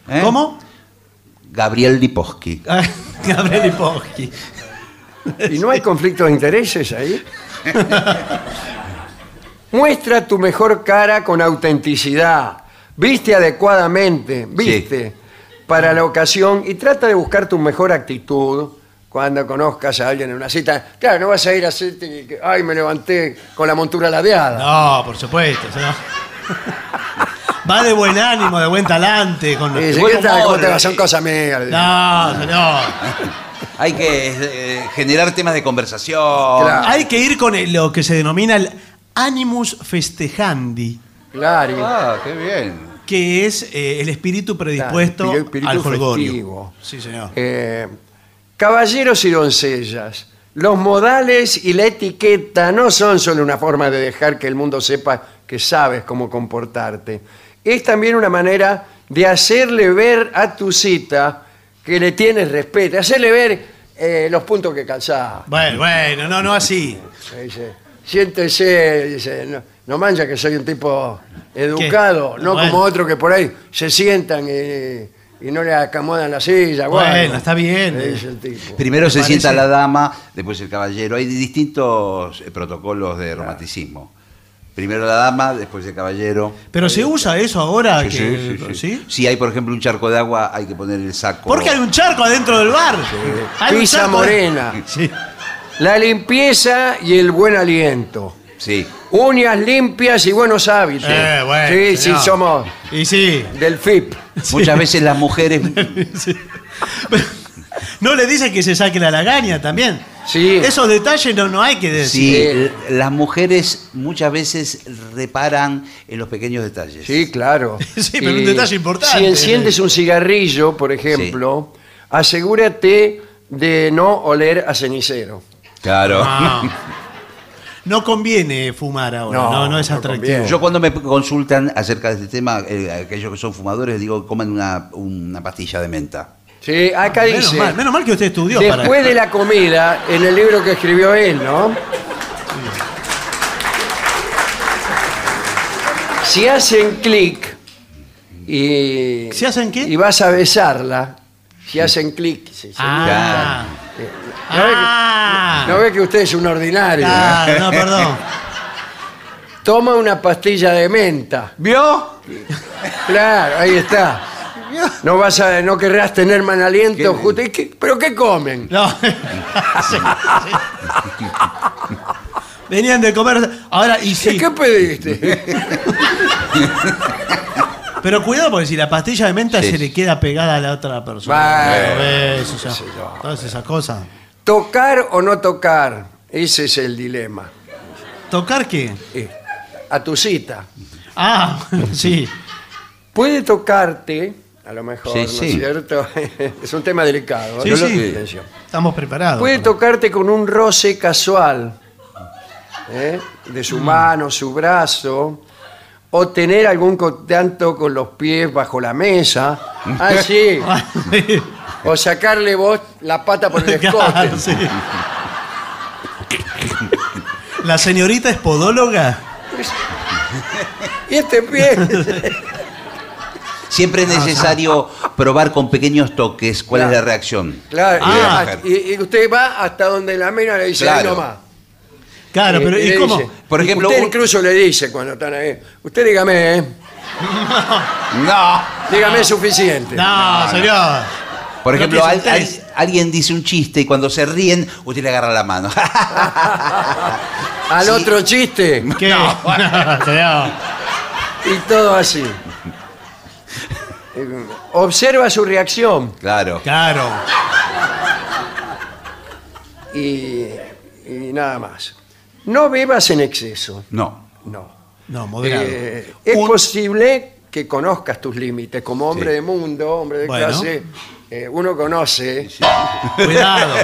¿eh?
¿Cómo?
Gabriel Lipovsky.
Ah, Gabriel Lipovsky.
¿Y no hay conflicto de intereses ahí? Muestra tu mejor cara con autenticidad. Viste adecuadamente, viste, para la ocasión y trata de buscar tu mejor actitud cuando conozcas a alguien en una cita. Claro, no vas a ir a hacerte, que, ay, me levanté con la montura ladeada.
No, por supuesto. ¿no? Va de buen ánimo, de buen talante. Con
Y dice,
buen
¿qué tal? ¿Cómo
humor. eh".
te va? Son cosas mías. le dice.
No, señor.
Hay que eh, generar temas de conversación.
Hay que ir con el- lo que se denomina el animus festejandi,
Claro.
Ah, qué bien.
que es eh, el espíritu predispuesto
Claro, espíritu
al jolgorio.
festivo.
Sí, señor.
Eh, caballeros y doncellas, los modales y la etiqueta no son solo una forma de dejar que el mundo sepa que sabes cómo comportarte. Es también una manera de hacerle ver a tu cita que le tienes respeto, hacerle ver eh, los puntos que calzás.
Bueno, bueno, no, no así.
Le dice, siéntese, dice, no, no mancha que soy un tipo educado,
¿Qué?
no
Bueno.
como otro que por ahí se sientan y, y no le acomodan la silla. Bueno,
Bueno, está bien.
le dice el tipo.
Primero
¿Te
se
parece?
sienta la dama, después el caballero. Hay distintos eh, protocolos de romanticismo. Primero la dama, después el caballero.
Pero se usa eso ahora.
Sí,
que-
sí, sí, sí. Si hay, por ejemplo, un charco de agua, hay que poner el saco.
Porque hay un charco adentro del bar. Hay un
Pisa
charco de-
morena. La limpieza y el buen aliento.
Sí.
Uñas limpias y buenos hábitos.
Eh, bueno,
sí,
señor.
sí, somos
y sí.
del FIP.
Muchas veces las mujeres.
No le dicen que se saque la lagaña también.
Sí.
Esos detalles no, no hay que decir.
Sí, l- las mujeres muchas veces reparan en los pequeños detalles.
Sí, claro.
Sí, pero un detalle importante.
Si enciendes un cigarrillo, por ejemplo, asegúrate de no oler a cenicero.
Claro.
Ah. No conviene fumar ahora, no,
No,
no, es
no
atractivo.
Yo cuando me consultan acerca de este tema, eh, aquellos que son fumadores, digo, coman una, una pastilla de menta.
Sí, acá
Ah, menos,
dice.
mal, menos mal que usted estudió
Después
para
de la comida, en el libro que escribió él, ¿no? Si hacen clic y. ¿Si hacen qué? Y vas a besarla. Si hacen clic. sí, sí.
Ah.
No, ve que- no ve que usted es un ordinario.
Claro, Ah, no, perdón.
Toma una pastilla de menta.
¿Vio?
Claro, ahí está. No vas a, no querrás tener mal aliento. justo- ¿Y qué- ¿Pero qué comen?
Venían de comer. Ahora, y sí.
¿Qué pediste?
Pero cuidado, porque si la pastilla de menta
Sí.
se le queda pegada a la otra persona.
Bueno,
Los besos,
qué
ya.
sé yo.
todas esas cosas.
¿Tocar o no tocar? Ese es el dilema.
¿Tocar qué?
Eh, A tu cita.
Ah, sí.
Puede tocarte, a lo mejor,
Sí,
¿no
sí.
es cierto? es un tema delicado.
Sí,
¿eh?
sí. Ah.
Atención.
Estamos preparados.
Puede tocarte con un roce
Mm.
casual ¿eh? de su mano, su brazo, o tener algún contacto con los pies bajo la mesa. Así. o sacarle vos la pata por el escote.
Claro, sí. ¿La señorita es podóloga?
Y este pie.
Siempre es necesario probar con pequeños toques cuál es la reacción.
Claro, y-
Ah.
ah, y, y usted va hasta donde la mina le dice,
Claro.
"Ahí nomás.
Claro,
Eh,
pero ¿y
Eh, le
cómo?
dice.
Por ejemplo,
usted
un-
incluso le dice cuando están ahí, usted dígame, ¿eh?
No.
Dígame es suficiente.
No, señor.
Por
Lo
ejemplo,
que es
al-
un test.
al- alguien dice un chiste y cuando se ríen, usted le agarra la mano.
Al otro chiste.
¿Qué? No, señor.
Y todo así. Eh, Observa su reacción
Claro.
Claro.
y, y nada más. No bebas en exceso.
No.
No.
No, moderado.
Eh, es posible que conozcas tus límites. Como hombre de mundo, hombre de
Bueno.
clase, eh, uno conoce,
Cuidado.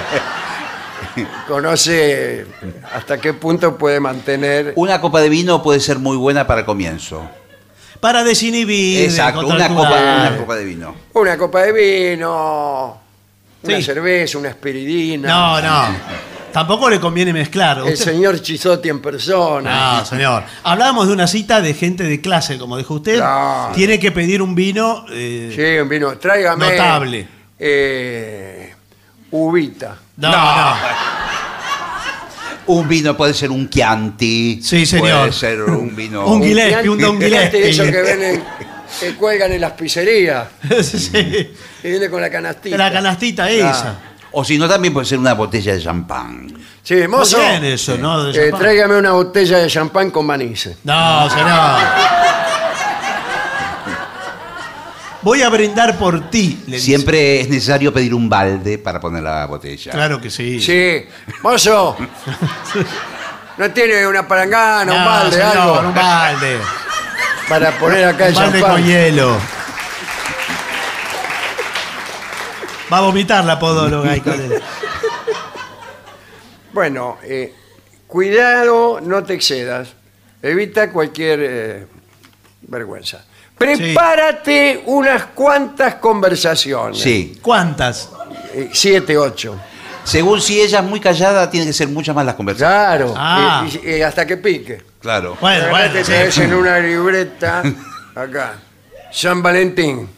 conoce hasta qué punto puede mantener.
Una copa de vino puede ser muy buena para el comienzo.
Para desinhibir.
Exacto, una copa, una copa de vino.
Una copa de vino, una
Sí.
cerveza, una espiridina.
No, no. Tampoco le conviene mezclar.
El
Usted-
señor Chisotti en persona.
No, señor. Hablábamos de una cita de gente de clase, como dijo usted.
Claro.
Tiene que pedir un vino. eh,
Sí, un vino. Tráigame.
Notable.
eh, ubita.
No, no.
Un vino puede ser un Chianti.
Sí, señor.
Puede ser un vino.
Un Gillespie, un Don Gillespie.
Eso este que venden, que cuelgan en las pizzerías.
Sí.
Que viene con la canastita.
La canastita esa.
O si no, también puede ser una botella de champán.
Sí, mozo.
Muy bien eso, ¿no? De
eh,
champán.
tráigame una botella de champán con manice.
No, señor. Voy a brindar por ti, le dice.
Siempre es necesario pedir un balde para poner la botella.
Claro que sí.
Sí, mozo. ¿No tiene una palangana, un balde,
señor,
algo?
Un balde.
Para poner acá el
un balde con
champán.
hielo. Va a vomitar la podóloga ahí con él.
Bueno, eh, cuidado, no te excedas. Evita cualquier eh, vergüenza. Prepárate unas cuantas conversaciones.
Sí.
¿Cuántas?
Eh, siete, ocho.
Según si ella es muy callada, tiene que ser muchas más las conversaciones.
Claro.
Ah.
Eh, y- y hasta que pique.
Claro.
Bueno,
Acá te
bueno, sí.
traes en una libreta, acá. San Valentín.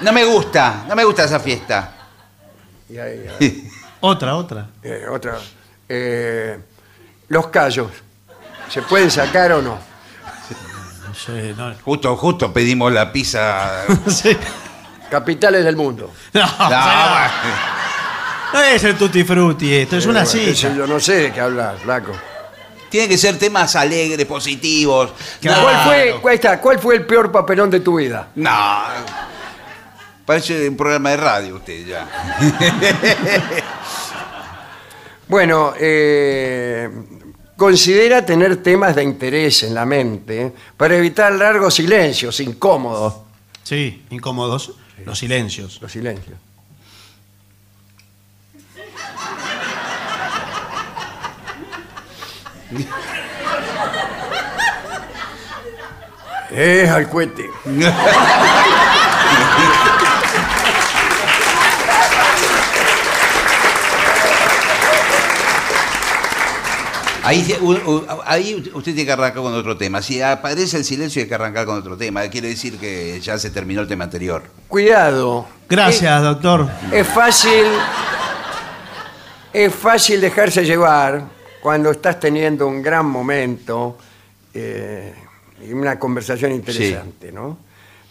No me gusta, no me gusta esa fiesta.
Y ahí, ahí,
Otra, otra.
eh, otra. Eh, los callos. ¿Se pueden sacar o no?
No sé, Eh, no.
Justo, justo pedimos la pizza.
Sí.
Capitales del mundo.
No, señor.
bueno.
No es el tutti frutti esto, es una
Eh, bueno,
silla.
eso Yo no sé de qué hablar, flaco.
Tiene que ser temas alegres, positivos.
Claro.
¿Cuál fue, cuál, está, ¿Cuál fue el peor papelón de tu vida?
No. Parece un programa de radio usted ya.
Bueno, eh, considera tener temas de interés en la mente para evitar largos silencios, incómodos.
Sí, incómodos. Los silencios.
Los silencios. Es al cohete.
Ahí, se- u- u- ahí usted tiene que arrancar con otro tema. Si aparece el silencio hay que arrancar con otro tema. Quiere decir que ya se terminó el tema anterior.
Cuidado.
Gracias, doctor.
Es, es fácil. Es fácil dejarse llevar cuando estás teniendo un gran momento eh, y una conversación interesante, ¿no?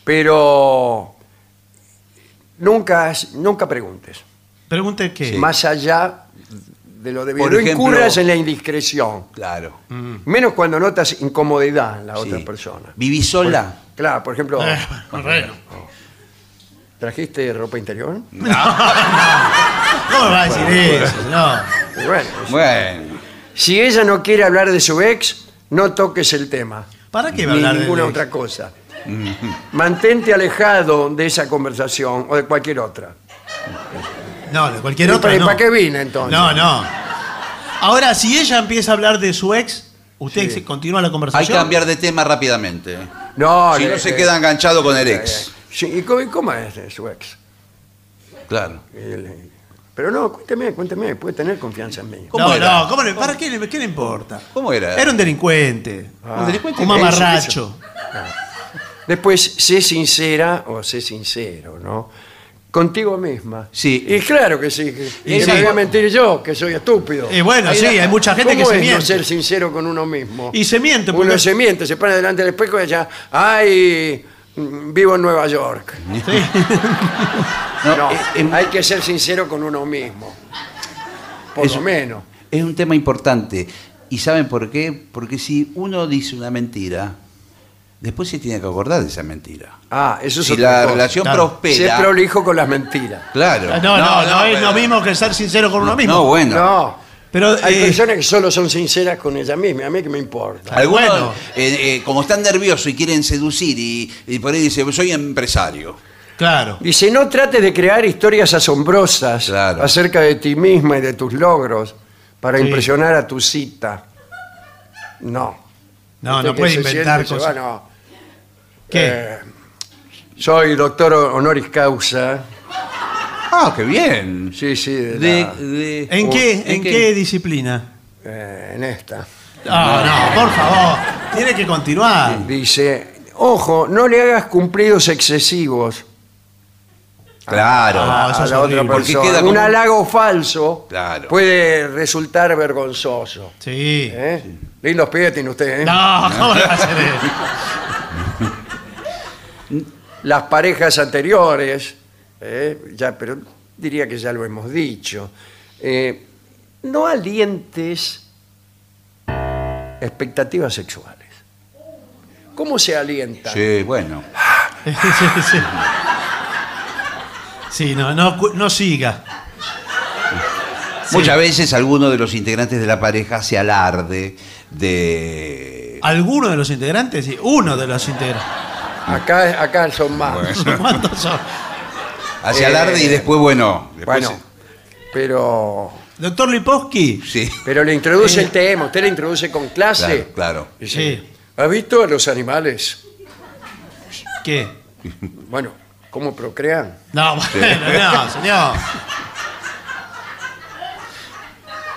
Pero nunca, nunca preguntes.
Pregunte qué.
más allá de lo debido.
Por
No
ejemplo-
incurras en la indiscreción,
Claro.
menos cuando notas incomodidad en la Mm, otra
Sí. Ah.
persona.
¿Viví sola?
Claro, por ejemplo,
Eh, bueno.
¿trajiste ropa interior?
¿Cómo va a decir eso? No.
Y bueno,
Bueno.
si ella no quiere hablar de su ex, no toques el tema,
¿Para qué va a
ni
hablar de
ninguna otra cosa. Mantente alejado de esa conversación o de cualquier otra.
No, de cualquier
¿Y
otra
para,
no.
para qué vine entonces?
No, no. Ahora, si ella empieza a hablar de su ex, Usted se- continúa la
Hay que
conversación.
cambiar de tema rápidamente.
No,
si
le-
no se queda enganchado con el ex.
Sí, ¿y cómo, y cómo es eh, su ex?
Claro.
El- pero no, cuénteme, cuénteme, puede tener confianza en mí.
No, no, ¿cómo le- ¿para qué, le- qué le importa?
¿Cómo era?
Era un delincuente.
Ah.
Un delincuente. Un
Eso,
mamarracho.
Después, sé sincera o sé sincero, ¿no? Contigo misma.
Sí.
Y claro que sí.
Y
Y
sí.
voy a mentir yo, que soy estúpido.
Y bueno, sí, hay mucha gente
¿cómo
que se
es no
miente?
ser sincero con uno mismo.
Y se miente.
Uno
porque-
se miente, se pone delante del espejo y allá, ay, mm, vivo en Nueva York.
eh,
No, hay que ser sincero con uno mismo. Por
Es-
lo menos.
Es un tema importante. ¿Y saben por qué? Porque si uno dice una mentira, después se tiene que acordar de esa mentira.
Ah, eso es
Si
otra
la
cosa.
relación
Claro.
prospera,
Ser prolijo con las mentiras.
claro.
No, no, no, es
bueno.
lo mismo que ser sincero con uno mismo.
No, bueno.
No.
Pero,
Hay
eh,
personas que solo son sinceras con ellas mismas. A mí que me importa.
Algunos,
Bueno.
eh, eh, como están nerviosos y quieren seducir, y, y por ahí dicen, soy empresario.
Claro.
Dice, no trates de crear historias asombrosas
Claro.
acerca de ti misma y de tus logros para
Sí.
impresionar a tu cita. No.
No,
Viste
no
que
puede
se
inventar
siente, se
cosas.
va, no.
¿Qué?
Eh, soy doctor honoris causa.
Ah, qué bien.
Sí, sí, de
De-
la-
de-
¿En qué, en, qué? disciplina?
eh, en esta.
Ah, no, por favor. Tiene que continuar.
Dice, ojo, no le hagas cumplidos excesivos
Claro.
Ah, eso
a
es
la otra
horrible.
Porque
persona.
queda
Un
como-
halago falso
Claro.
puede resultar vergonzoso.
Sí.
¿eh? Lindos pies tiene usted, ¿eh?
No, ¿cómo le va a hacer eso?
Las parejas anteriores, ¿eh? ya, pero diría que ya lo hemos dicho. Eh, no alientes expectativas sexuales. ¿Cómo se alienta?
Sí, bueno.
sí, sí. Sí, no, no, cu- no siga.
Muchas veces alguno de los integrantes de la pareja se alarde de...
¿Alguno de los integrantes? Sí, uno de los integrantes.
Acá, acá son más.
¿Cuántos son?
Hacia
Eh,
alarde y después, bueno... después
Bueno, pero,
Doctor Lipovsky.
se- Sí,
pero le introduce el tema, usted le introduce con clase.
claro, claro.
Sí.
¿Ha visto a los animales?
¿Qué?
Bueno, ¿cómo procrean?
No, bueno, no, señor.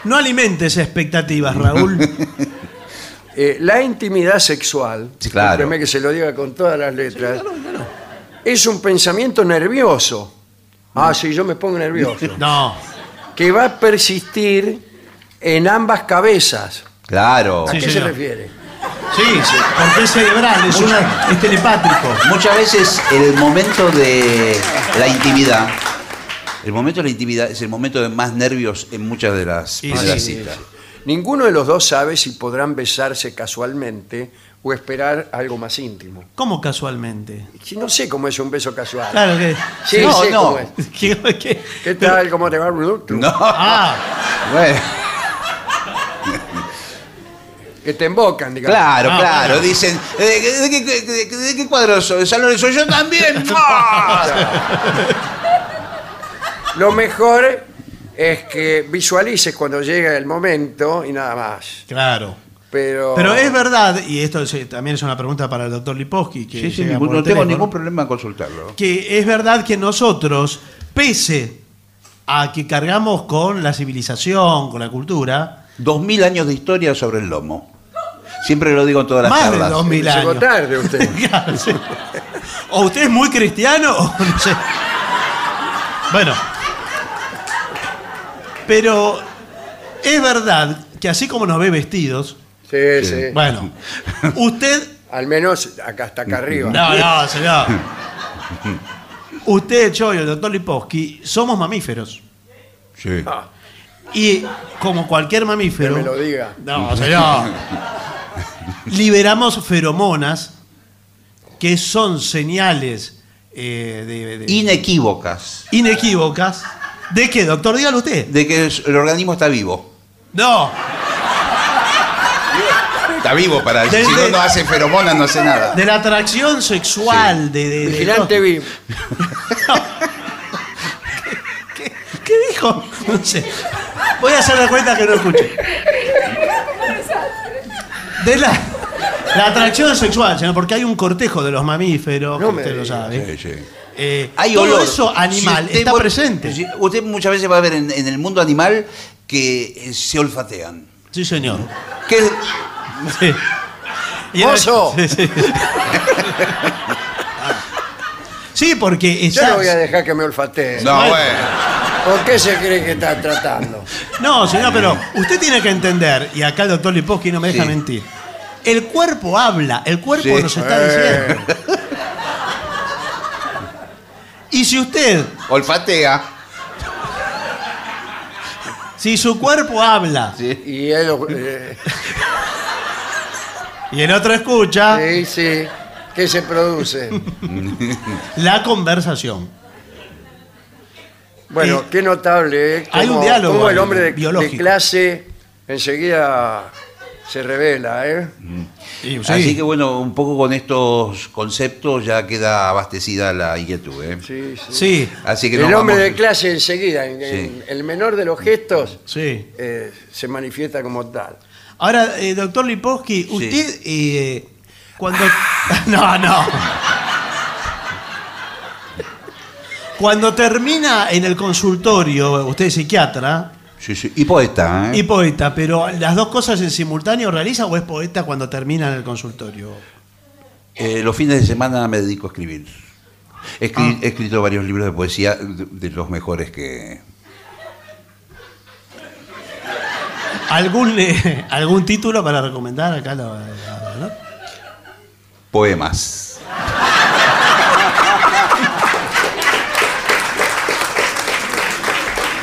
No alimentes expectativas, Raúl.
Eh, la intimidad sexual,
Sí, claro.
discúlpeme que se lo diga con todas las letras, es un pensamiento nervioso. Ah, sí, yo me pongo nervioso.
No.
que va a persistir en ambas cabezas.
Claro.
¿A
Sí,
qué se
señor.
refiere?
Sí, sí, porque es cerebral, es, una, es telepático.
Muchas veces el momento de la intimidad, el momento de la intimidad es el momento de más nervios en muchas de las,
Sí,
de
sí,
las
sí,
citas.
Ninguno de los dos sabe si podrán besarse casualmente o esperar algo más íntimo.
¿Cómo casualmente?
Si no sé cómo es un beso casual.
Claro que.
Sí,
no,
sé
no.
cómo es.
¿Qué- qué?
¿Qué tal? ¿Cómo te va, Rudolfo?
No,
Ah,
bueno,
Que te embocan, digamos.
claro,
Ah,
claro.
bueno.
Dicen, eh, ¿de, qué- de qué- de qué- de qué cuadro soy? San Lorenzo, yo también. ¡Ah!
Lo mejor es que visualices cuando llega el momento y nada más.
claro.
Pero,
Pero es verdad, y esto es- eh, también es una pregunta para el doctor Lipovsky, que,
Sí, sí,
llega
ningún-
por
no tengo
teléfono,
ningún problema en consultarlo.
que es verdad que nosotros, pese a que cargamos con la civilización, con la cultura,
Dos mil años de historia sobre el lomo. Siempre lo digo en todas las
más de
charlas.
dos mil
llegó
años.
tarde usted.
Claro, sí. O usted es muy cristiano o no sé. Bueno. Pero es verdad que así como nos ve vestidos,
Sí, sí.
bueno, usted...
Al menos acá hasta acá arriba.
No, no, señor. Usted, yo y el doctor Lipovsky somos mamíferos.
Sí.
Y como cualquier mamífero...
Que me lo diga.
No, señor. Liberamos feromonas que son señales eh, de- de-
Inequívocas
inequívocas. ¿De qué, doctor? Dígalo usted.
de que el organismo está vivo.
No,
Está vivo para
Del-
si no,
del-
no hace feromonas, no hace nada.
de la atracción sexual. De, de- de-
Vigilante
no.
vivo.
¿Qué dijo? No sé. Voy a hacer la cuenta que no escuché. De la, la atracción sexual, señor, porque hay un cortejo de los mamíferos, que usted lo sabe. Eh, todo eso animal
Si usted,
está
bueno,
presente.
si- Usted muchas veces va a ver en, en el mundo animal que eh, se olfatean.
Sí, señor.
Que
¡Mozo!
Sí, sí. Sí, porque
Yo
esa-
no voy a dejar que me olfatee.
No, bueno.
¿Por qué se cree que está tratando?
No, señor, pero usted tiene que entender, y acá el doctor Lipovsky no me deja
Sí.
mentir. El cuerpo habla, el cuerpo
Sí.
nos está
Eh.
diciendo. y si usted.
Olfatea.
Si su cuerpo habla.
Y él. eh,
Y el otro escucha.
Sí, sí. ¿Qué se produce?
La conversación.
Bueno, qué notable. ¿eh?
hay un
Cómo-
diálogo
cómo el hombre de,
biológico.
de clase enseguida se revela, ¿eh?
Así que bueno, un poco con estos conceptos ya queda abastecida la inquietud. ¿eh?
Sí,
Sí.
Así que
el
nos
hombre
vamos-
de clase enseguida, en- en- el menor de los gestos,
Sí.
eh, se manifiesta como tal.
Ahora, eh, doctor Lipovsky, usted eh, cuando... no, no. Cuando termina en el consultorio, usted es psiquiatra
Sí, sí. Y poeta. ¿eh?
y poeta, pero las dos cosas en simultáneo realiza o es poeta cuando termina en el consultorio.
Eh, los fines de semana me dedico a escribir.
Ah.
Escri- He escrito varios libros de poesía de, de los mejores que...
¿Algún, eh, algún título para recomendar acá? lo- lo- ¿no?
Poemas.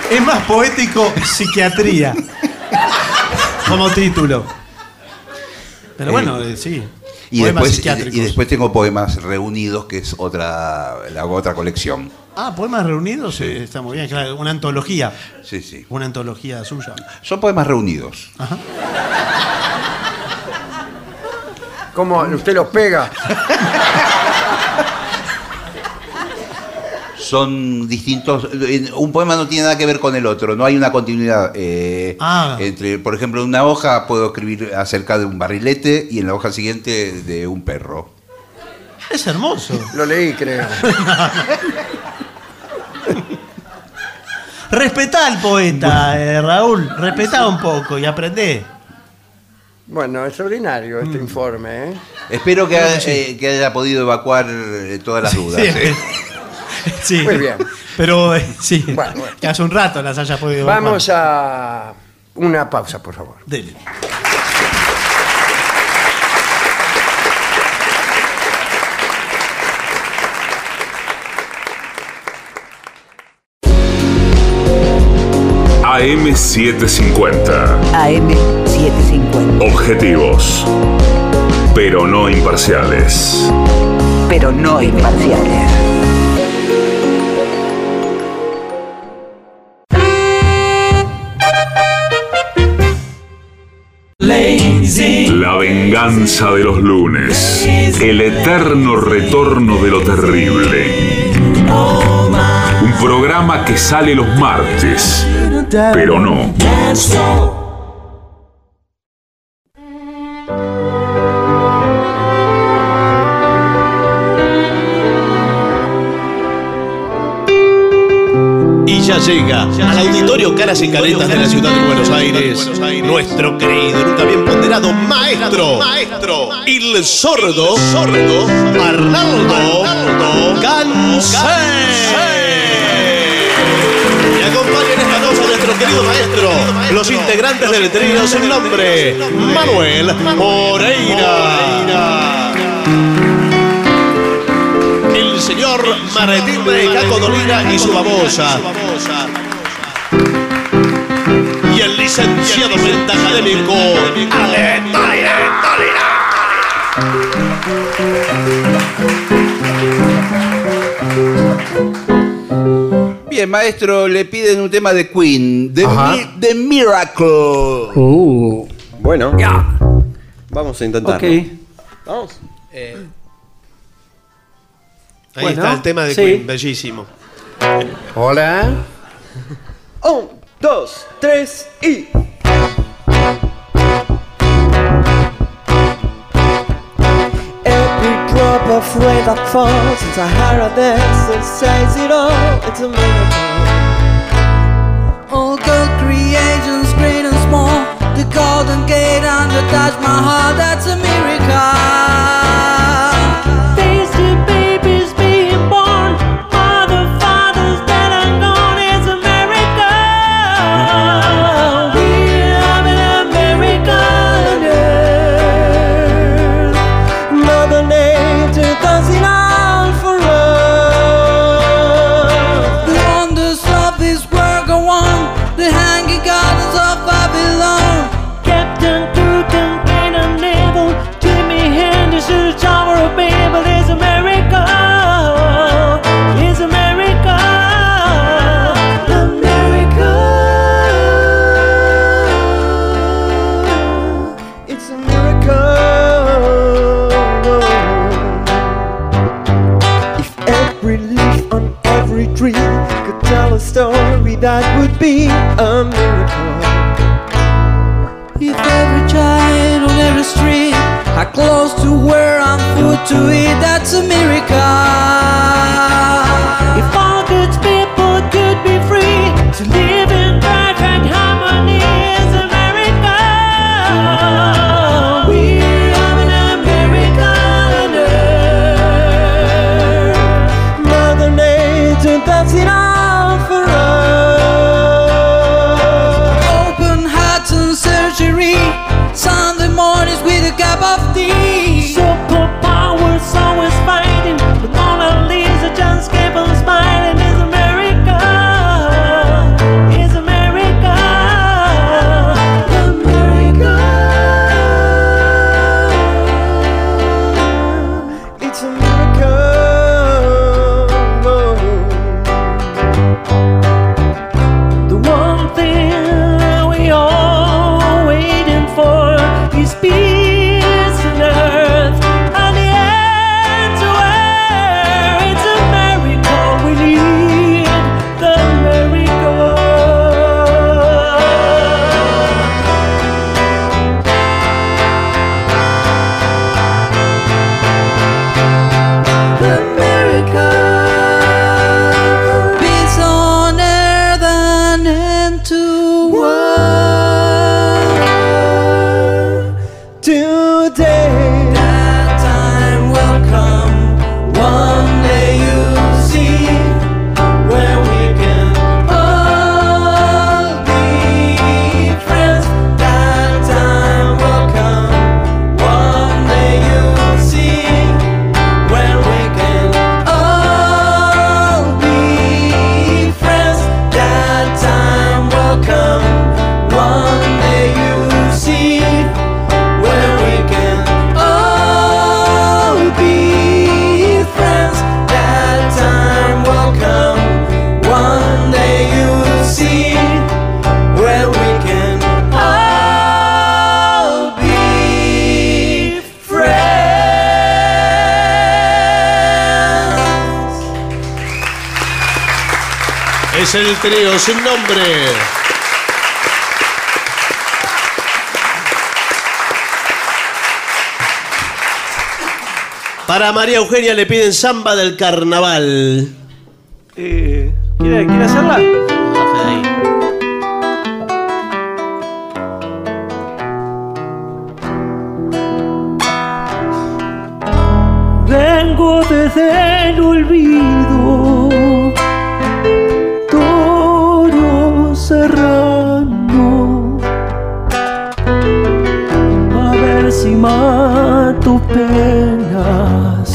Es más poético psiquiatría como título. Pero bueno, eh, sí.
Y
poemas
después,
psiquiátricos.
y después tengo poemas reunidos, que es otra, la otra colección.
Ah, poemas reunidos, eh, está muy bien, claro, una antología,
Sí, sí.
una antología suya.
Son poemas reunidos.
¿Cómo? ¿Usted los pega?
Son distintos. en- Un poema no tiene nada que ver con el otro, no hay una continuidad. eh,
Ah.
entre, por ejemplo, en una hoja puedo escribir acerca de un barrilete y en la hoja siguiente de un perro.
Es hermoso.
Lo leí, creo.
Respetá al poeta, eh, Raúl, respetá un poco y aprendé.
Bueno, extraordinario este informe, ¿eh?
Espero que,
Creo que
ha-
sí.
eh, que haya podido evacuar eh, todas las dudas.
Ah, sí.
eh.
Sí.
Muy bien.
Pero eh, sí,
Bueno, bueno.
que hace un rato las haya podido.
Vamos a una pausa, por favor.
Dele.
AM750.
AM750.
Objetivos, pero no imparciales.
Pero no imparciales.
La venganza de los lunes. El eterno retorno de lo terrible. Un programa que sale los martes, pero no.
Y ya llega al auditorio Caras y Caretas de la ciudad de Buenos Aires, nuestro querido y nunca bien ponderado maestro, maestro, el sordo, sordo, Arnaldo, Gansé. Y acompaña en esta noche a nuestro querido maestro, los integrantes del trío sin nombre, Manuel Moreira. El señor Martín Caco Dolina y su babosa. Y el licenciado académico Ale Dolina.
Bien, maestro, le piden un tema de Queen, The, Mi- The Miracle.
Bueno. Vamos a intentarlo.
Ok.
Vamos.
Ahí
Bueno,
está el tema de
sí.
Queen, bellísimo.
Hola.
Un, dos, tres y.
up a way that falls into paradise. It says it all. It's a miracle.
All good creations, great and small. The Golden Gate and the Taj Mahal, that's a miracle. These two babies being born, mother, fathers that are gone is a miracle. We have an American
Mother Nature does it all for us.
The wonders of this world go on. The hanging gardens of Babylon. Captain Cook and Cain and Abel. Jimmy Henderson, the Tower of Babel is a miracle. Is a miracle. A miracle.
It's a miracle. If every leaf on every tree could tell a story, that would be a miracle.
If every child on every street had clothes to wear and food to eat, that's a miracle. If all good people could be free to live in perfect harmony, it's a miracle. We have an American
Mother Nature does it all for us.
Open hearts and surgery. Sunday mornings with a cup of tea. Superpowers always fighting. The Mona Lisa just kept on smiling. It's a miracle. It's a miracle. A miracle.
It's a miracle.
The one thing that we all waiting for is peace on earth and the end to where it's a miracle we need. The miracle. Peace on earth and end to world.
Today,
that time will come. One day you'll see where we can all be friends. That time will come. One day you'll see where we can all be friends. That time will come. One day you'll see where we can all be friends. That time will come. One day you'll see where we can all be friends.
Es el trío sin nombre. Para María Eugenia le piden samba del carnaval.
Eh, ¿quiere, ¿Quiere hacerla?
Vengo desde el olvido, Toro Serrano, a ver si mato penas,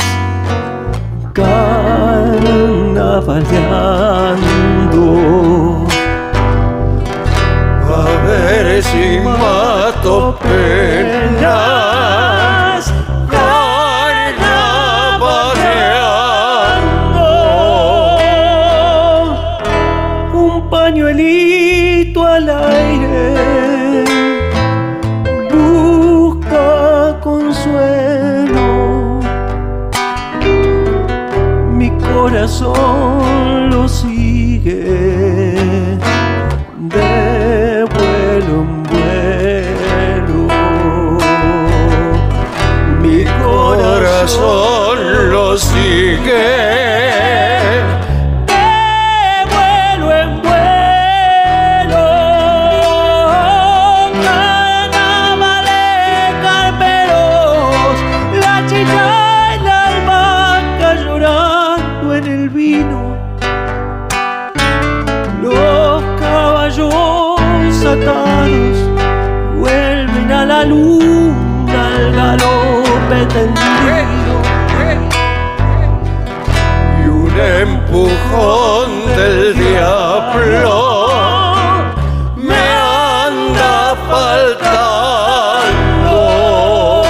carnavaleando,
A ver si mato penas.
un pañuelito al aire busca consuelo mi corazón lo sigue de vuelo en vuelo mi corazón sigue. De vuelo en vuelo, carnavales carperos, la chicha y la albahaca llorando en el vino, los caballos atados vuelven a la luna al galope tendido
Y un empujón del diablo me anda faltando.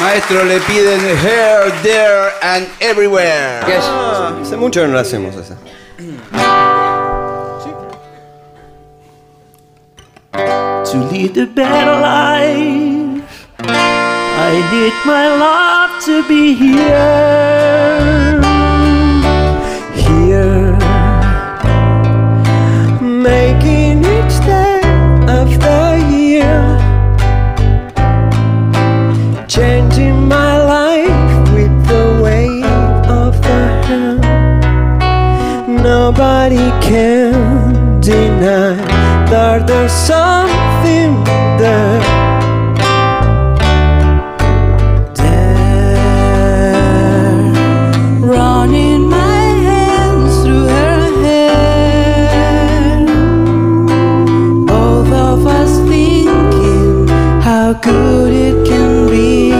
Maestro, le piden here, there and everywhere.
Ah, hace mucho que no lo hacemos esa.
to lead a better life. I need my love to be here. Here,
Making each day of the year Changing my life with the wave of the hand Nobody can deny that there's something there
running my hands through her hair. Both of us thinking how good it can be.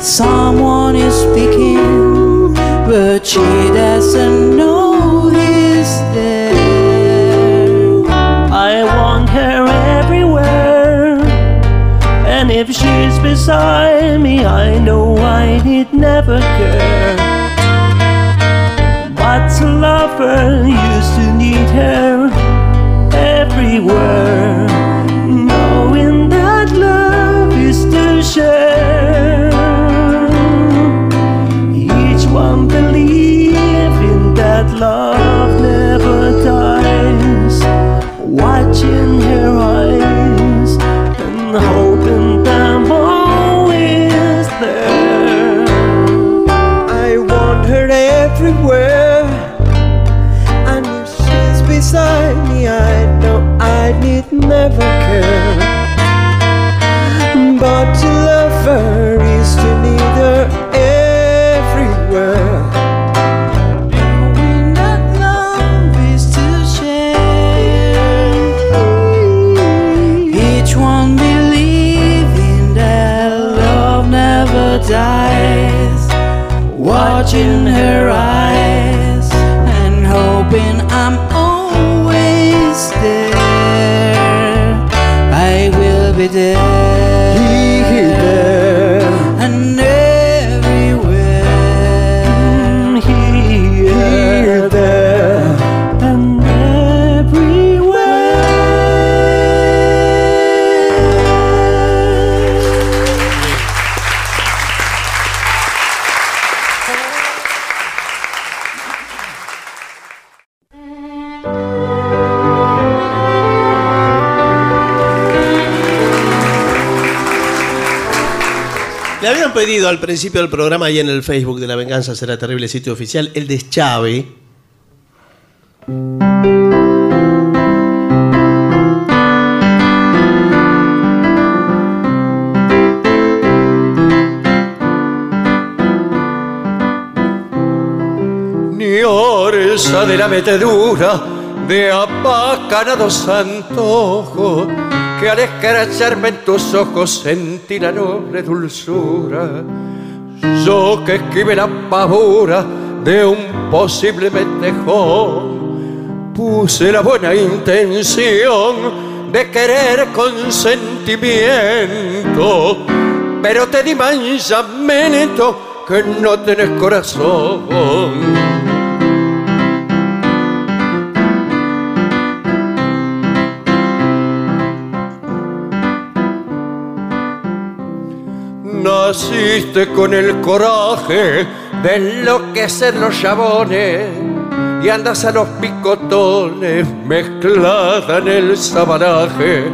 Someone is speaking, but she doesn't know he's there. I want her everywhere, and if she's beside me, I know I need never care. But to love her, used to need her everywhere, knowing that love is to share. Each one believing that love never dies. Watching her eyes and hoping them always there.
I want her everywhere. And if she's beside me, I know I need never care. But to love her is to need her everywhere.
Knowing that love is to share. Each one believing that love never dies. Watching her eyes and hoping I'm always there. I will be there. And everywhere. Here, there. And everywhere.
Le habían pedido al principio del programa y en el Facebook de La Venganza Será Terrible Sitio Oficial el deschave.
ni orza de la metedura de apacanados antojos que al escracharme en tus ojos sentí la noble dulzura. Yo que esquive la pavura de un posible metejón, puse la buena intención de querer con sentimiento, pero te di manchamiento que no tenés corazón. Naciste con el coraje de enloquecer los chabones y andas a los picotones mezclada en el sabanaje.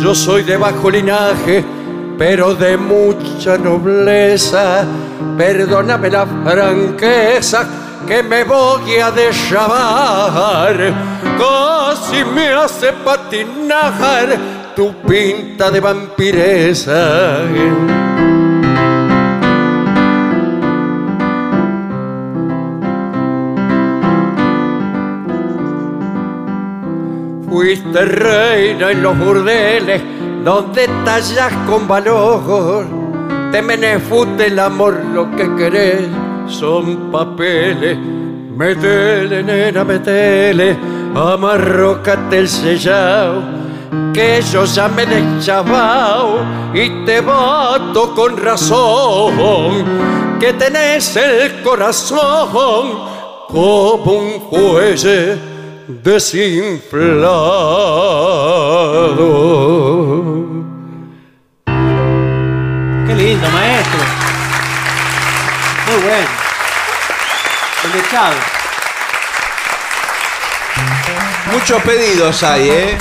Yo soy de bajo linaje, pero de mucha nobleza. Perdóname la franqueza que me voy a deshabar. Casi me hace patinajar tu pinta de vampiresa. Fuiste reina en los burdeles donde tallas con valor. Te menefute el amor, lo que querés son papeles. Metele, nena, metele, amarrócate el sellao, que yo ya me he deschavao y te bato con razón, que tenés el corazón como un fuelle desinflado.
Qué lindo, maestro. Muy bueno. El de Chávez.
Muchos pedidos hay, ¿eh?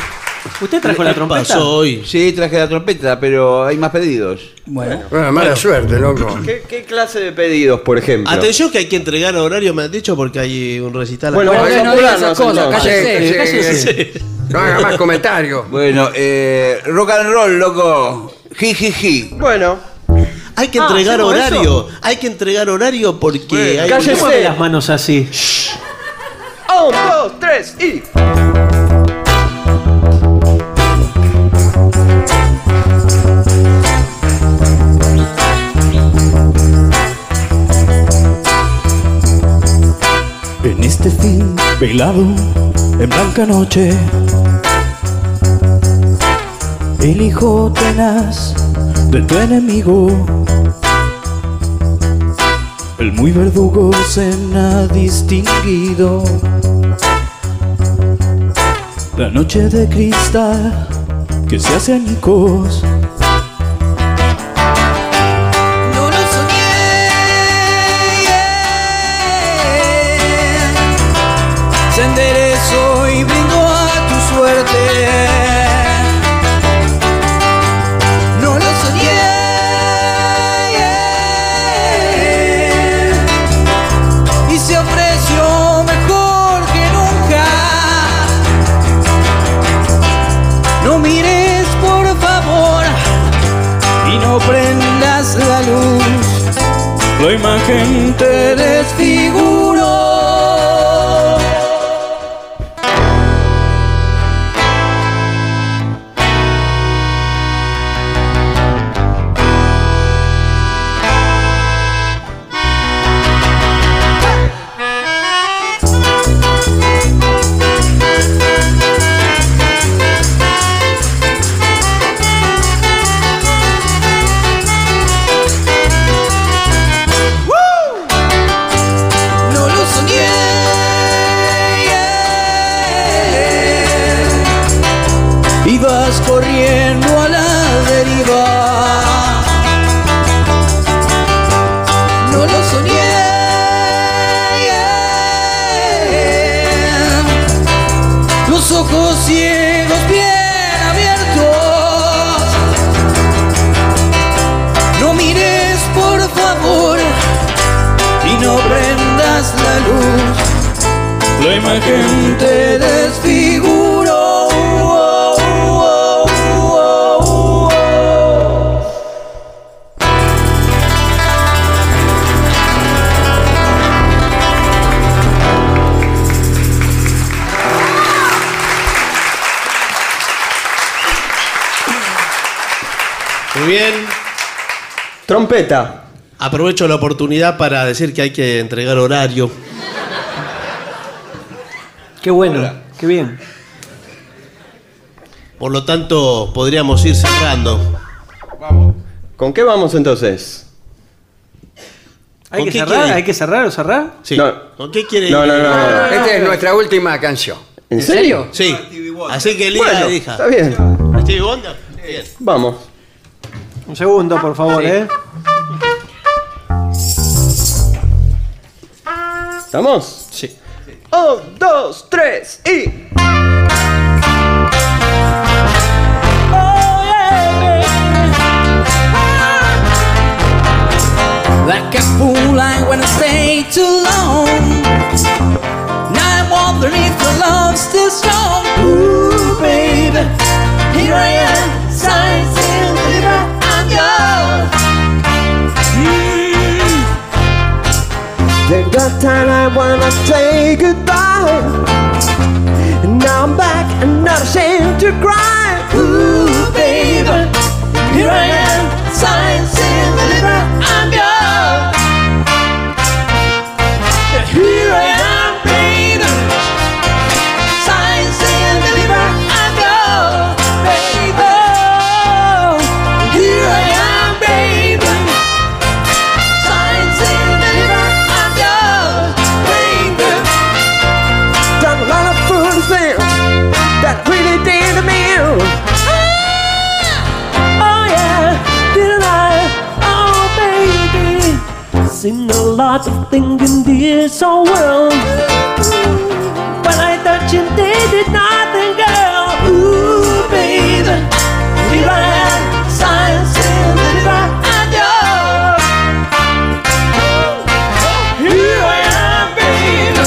¿Usted trajo la trompeta?
hoy? Sí, traje la trompeta, pero hay más pedidos. Bueno,
Bueno, mala suerte, loco.
¿Qué, qué clase de pedidos, por ejemplo?
Atención que hay que entregar horario, me han dicho, porque hay un recital.
Bueno,
acá.
bueno, Bueno, no diga esas cosas,
cállese,
Sí,
cállese.
sí, sí.
No haga más comentarios.
Bueno, eh, rock and roll, loco. Ji, ji, ji.
Bueno.
Hay que
Ah,
entregar
¿hacemos
horario.
eso?
Hay que entregar horario porque hay
cállese.
¿Cómo abre las manos así.
Un, dos, tres y.
En este fin velado, en blanca noche, el hijo tenaz de tu enemigo, el muy verdugo cena distinguido. La noche de cristal que se hace añicos,
No lo soñé Se enderezó y brindó a tu suerte No lo soñé Y se ofreció mejor que nunca No mires por favor y no prendas la luz.
la imagen
Te desfiguró. No lo soñé. Ibas corriendo a la deriva. No lo soñé. Los ojos ciegos bien abiertos. No mires, por favor y no prendas la luz.
la imagen
Te desfiguró.
Muy bien.
Trompeta.
Aprovecho la oportunidad para decir que hay que entregar horario.
Qué bueno, qué bien.
Por lo tanto, podríamos ir cerrando.
¿Con qué vamos entonces?
¿Hay
¿Con
que
qué
cerrar?
quiere ir?
¿Hay que cerrar o cerrar?
Sí.
No.
¿Con qué quiere
No,
ir?
no, no, no.
Esta es nuestra última canción.
¿En serio?
Sí. Así que elija,
Bueno,
elija.
está bien.
¿A Stevie Wonder? Bien.
Vamos.
Un segundo, por favor, ¿eh?
¿Estamos?
Sí.
Un, dos, tres y.
Like a fool, I wanna stay too long. Now I wonder if the love's still strong. Ooh, baby, here I am, signs in the river, I'm yours.
Then that time I wanna say goodbye. And now I'm back, another shame to cry.
Ooh, baby, here I am, signs in the river, I'm yours. Here I am, baby, signs in the river, I'm yours, baby. Here I am, baby, signs in the river, I'm yours, baby.
Done a lot of foolish things that really did to me.
Oh yeah, didn't I?
Oh, baby, seen a lot of things in this old world. But I thought you did it, nothing, girl.
Ooh, baby, here I am, science in the river and yours. Here I am, baby,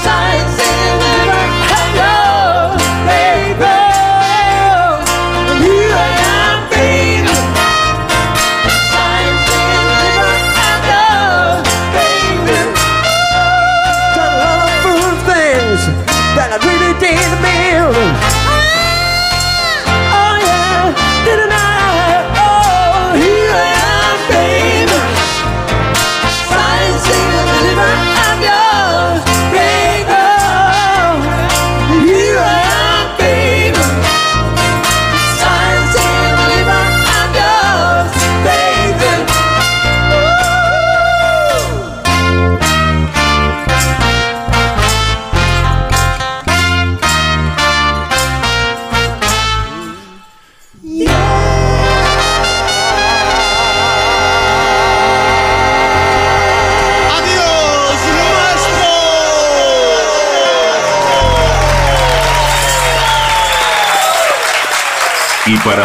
science in the river and yours, baby. Here I am, baby, science in the river and yours, baby.
Done a lot of foolish things that I really did to me.
Oh, yeah, didn't I? Oh, here I am, baby.
Science in the river and yours, baby. Here I am, baby. Science in the river and yours, baby.
Y para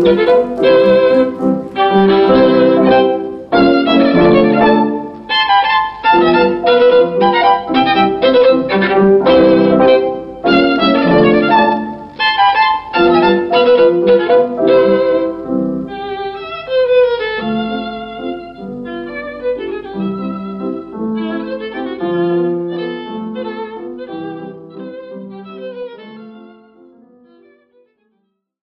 Thank you.